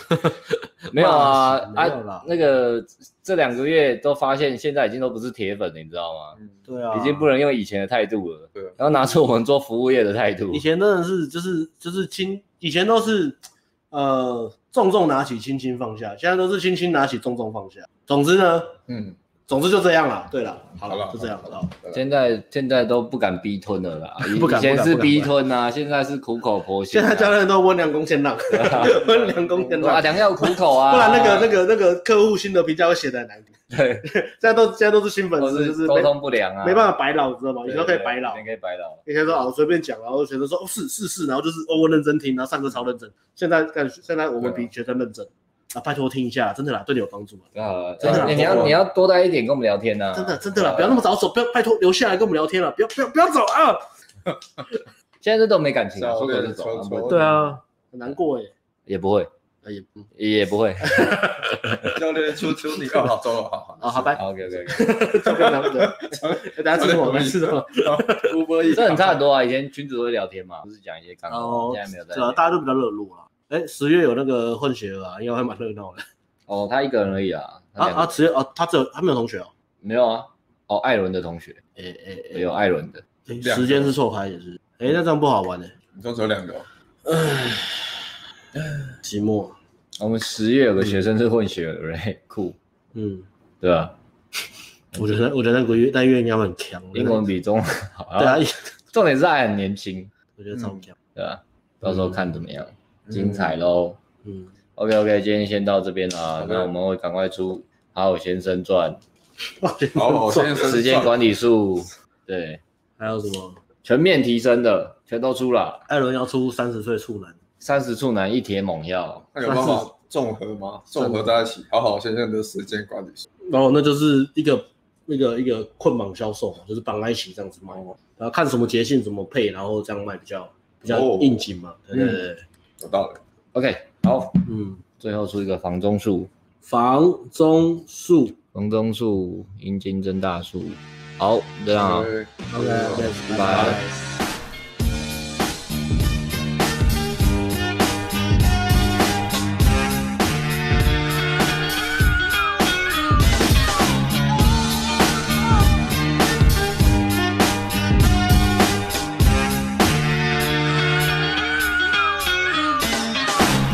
A: 没有啊
B: 骂
A: 啊
B: 醒没有啦，
A: 那个这两个月都发现现在已经都不是铁粉了，你知道吗？
C: 嗯
B: 对啊
A: 已经不能用以前的态度了，
C: 对啊
A: 然后拿出我们做服务业的态度
B: 以，前真的是就是就是轻，以前都是呃重重拿起，轻轻放下，现在都是轻轻拿起，重重放下。总之呢，
C: 嗯，
B: 总之就这样啦。对啦，好
C: 好
B: 了，
C: 了
B: 就这样了。
A: 现在现在都不敢逼吞了 啦，以
B: 不敢
A: 以前
B: 不敢
A: 是
B: 不敢
A: 逼吞啊，现在是苦口婆心
B: 现
A: 啊，
B: 在教练都温良恭谦 让
A: 啊，
B: 温良恭谦让
A: 啊，。良药苦口啊，
B: 不然那个那个那个客户新的评价会写的很难听。
A: 对，
B: 现在都现在都是新粉
A: 都
B: 丝，就是是
A: 沟
B: 没
A: 通不良啊，
B: 没办法白老，知道吗？
A: 对，
B: 以前都可以白老
A: 对，对可以白老，
B: 以前说哦随便讲，然后学生说哦是是是，然后就是哦我认真听，然后上课超认真。现在感觉现在我们比学生认真啊，拜托听一下，真的啦，对你有帮助吗？
A: 啊，
B: 真的啊
A: 哎你要你要多带一点跟我们聊天啊呐，
B: 真的真的啦，不要那么早走，不要拜托留下来跟我们聊天了，不要不要不要走啊！
A: 现在这都没感情啊，说走
C: 教练
A: 就走啊，
C: 抽
A: 不会
C: 抽
B: 对啊，很难过哎，
A: 也不会，
B: 哎也嗯
A: 也不会。
C: 教练求求你，哦，好，走了，好好
B: 啊好拜，
A: OK OK OK，
B: 就跟他 们的，哎大家吃什么？大家吃什么？
A: 哦
C: 吴伯义，
A: 这很差很多啊。以前群主都会聊天嘛，就是讲一些干
B: 哦
A: 货，现在没有在
B: 对啊，
A: 聊。
B: 大家都比较热络了。哎，十月有那个混血儿啊，应该还蛮热闹的。
A: 哦，他一个人而已啊。他
B: 啊
A: 两个
B: 啊，十月哦，他只有他没有同学哦。
A: 没有啊。哦，艾伦的同学
B: 哎哎哎，
A: 有艾伦的，
B: 诶
C: 两个
B: 时间是错开也是，哎、那这样不好玩呢、
C: 你说只有两个哦，
B: 寂寞，
A: 我们十月有个学生是混血儿，欸 酷，
B: 嗯，
A: 对吧？
B: 我觉得我觉得那个月那月应该会很强，
A: 英文比中文 好，
B: 对啊
A: 啊，，重点是艾很年轻，
B: 我觉得超强，
A: 对吧？到时候看怎么样，精彩喽。
B: 嗯，
A: OK OK，今天先到这边啦
C: 好，的
A: 那我们会赶快出《好好先生传
B: 哇这》，
C: 好，我先
B: 嗯
C: 生
A: 时间管理术，对，
B: 还有什么？
A: 全面提升的，全都出了。
B: 艾伦要出三十岁处男，
A: 三十处男一铁猛药，
C: 那有办法综合吗？综合在一起，好好先生的时间管理术。
B: 然后哦那就是一个那个一个捆绑销售嘛，就是绑在一起这样子卖，然后看什么节庆怎么配，然后这样卖比较比较
C: 哦
B: 应景嘛，对对对，
C: 有道理。
A: OK，好，
B: 嗯，
A: 最后出一个房中术，
B: 房中术
A: 房中术，阴茎增大术。好，这样啊。
C: 对
B: ，OK，拜
C: 对
A: 拜
B: 拜。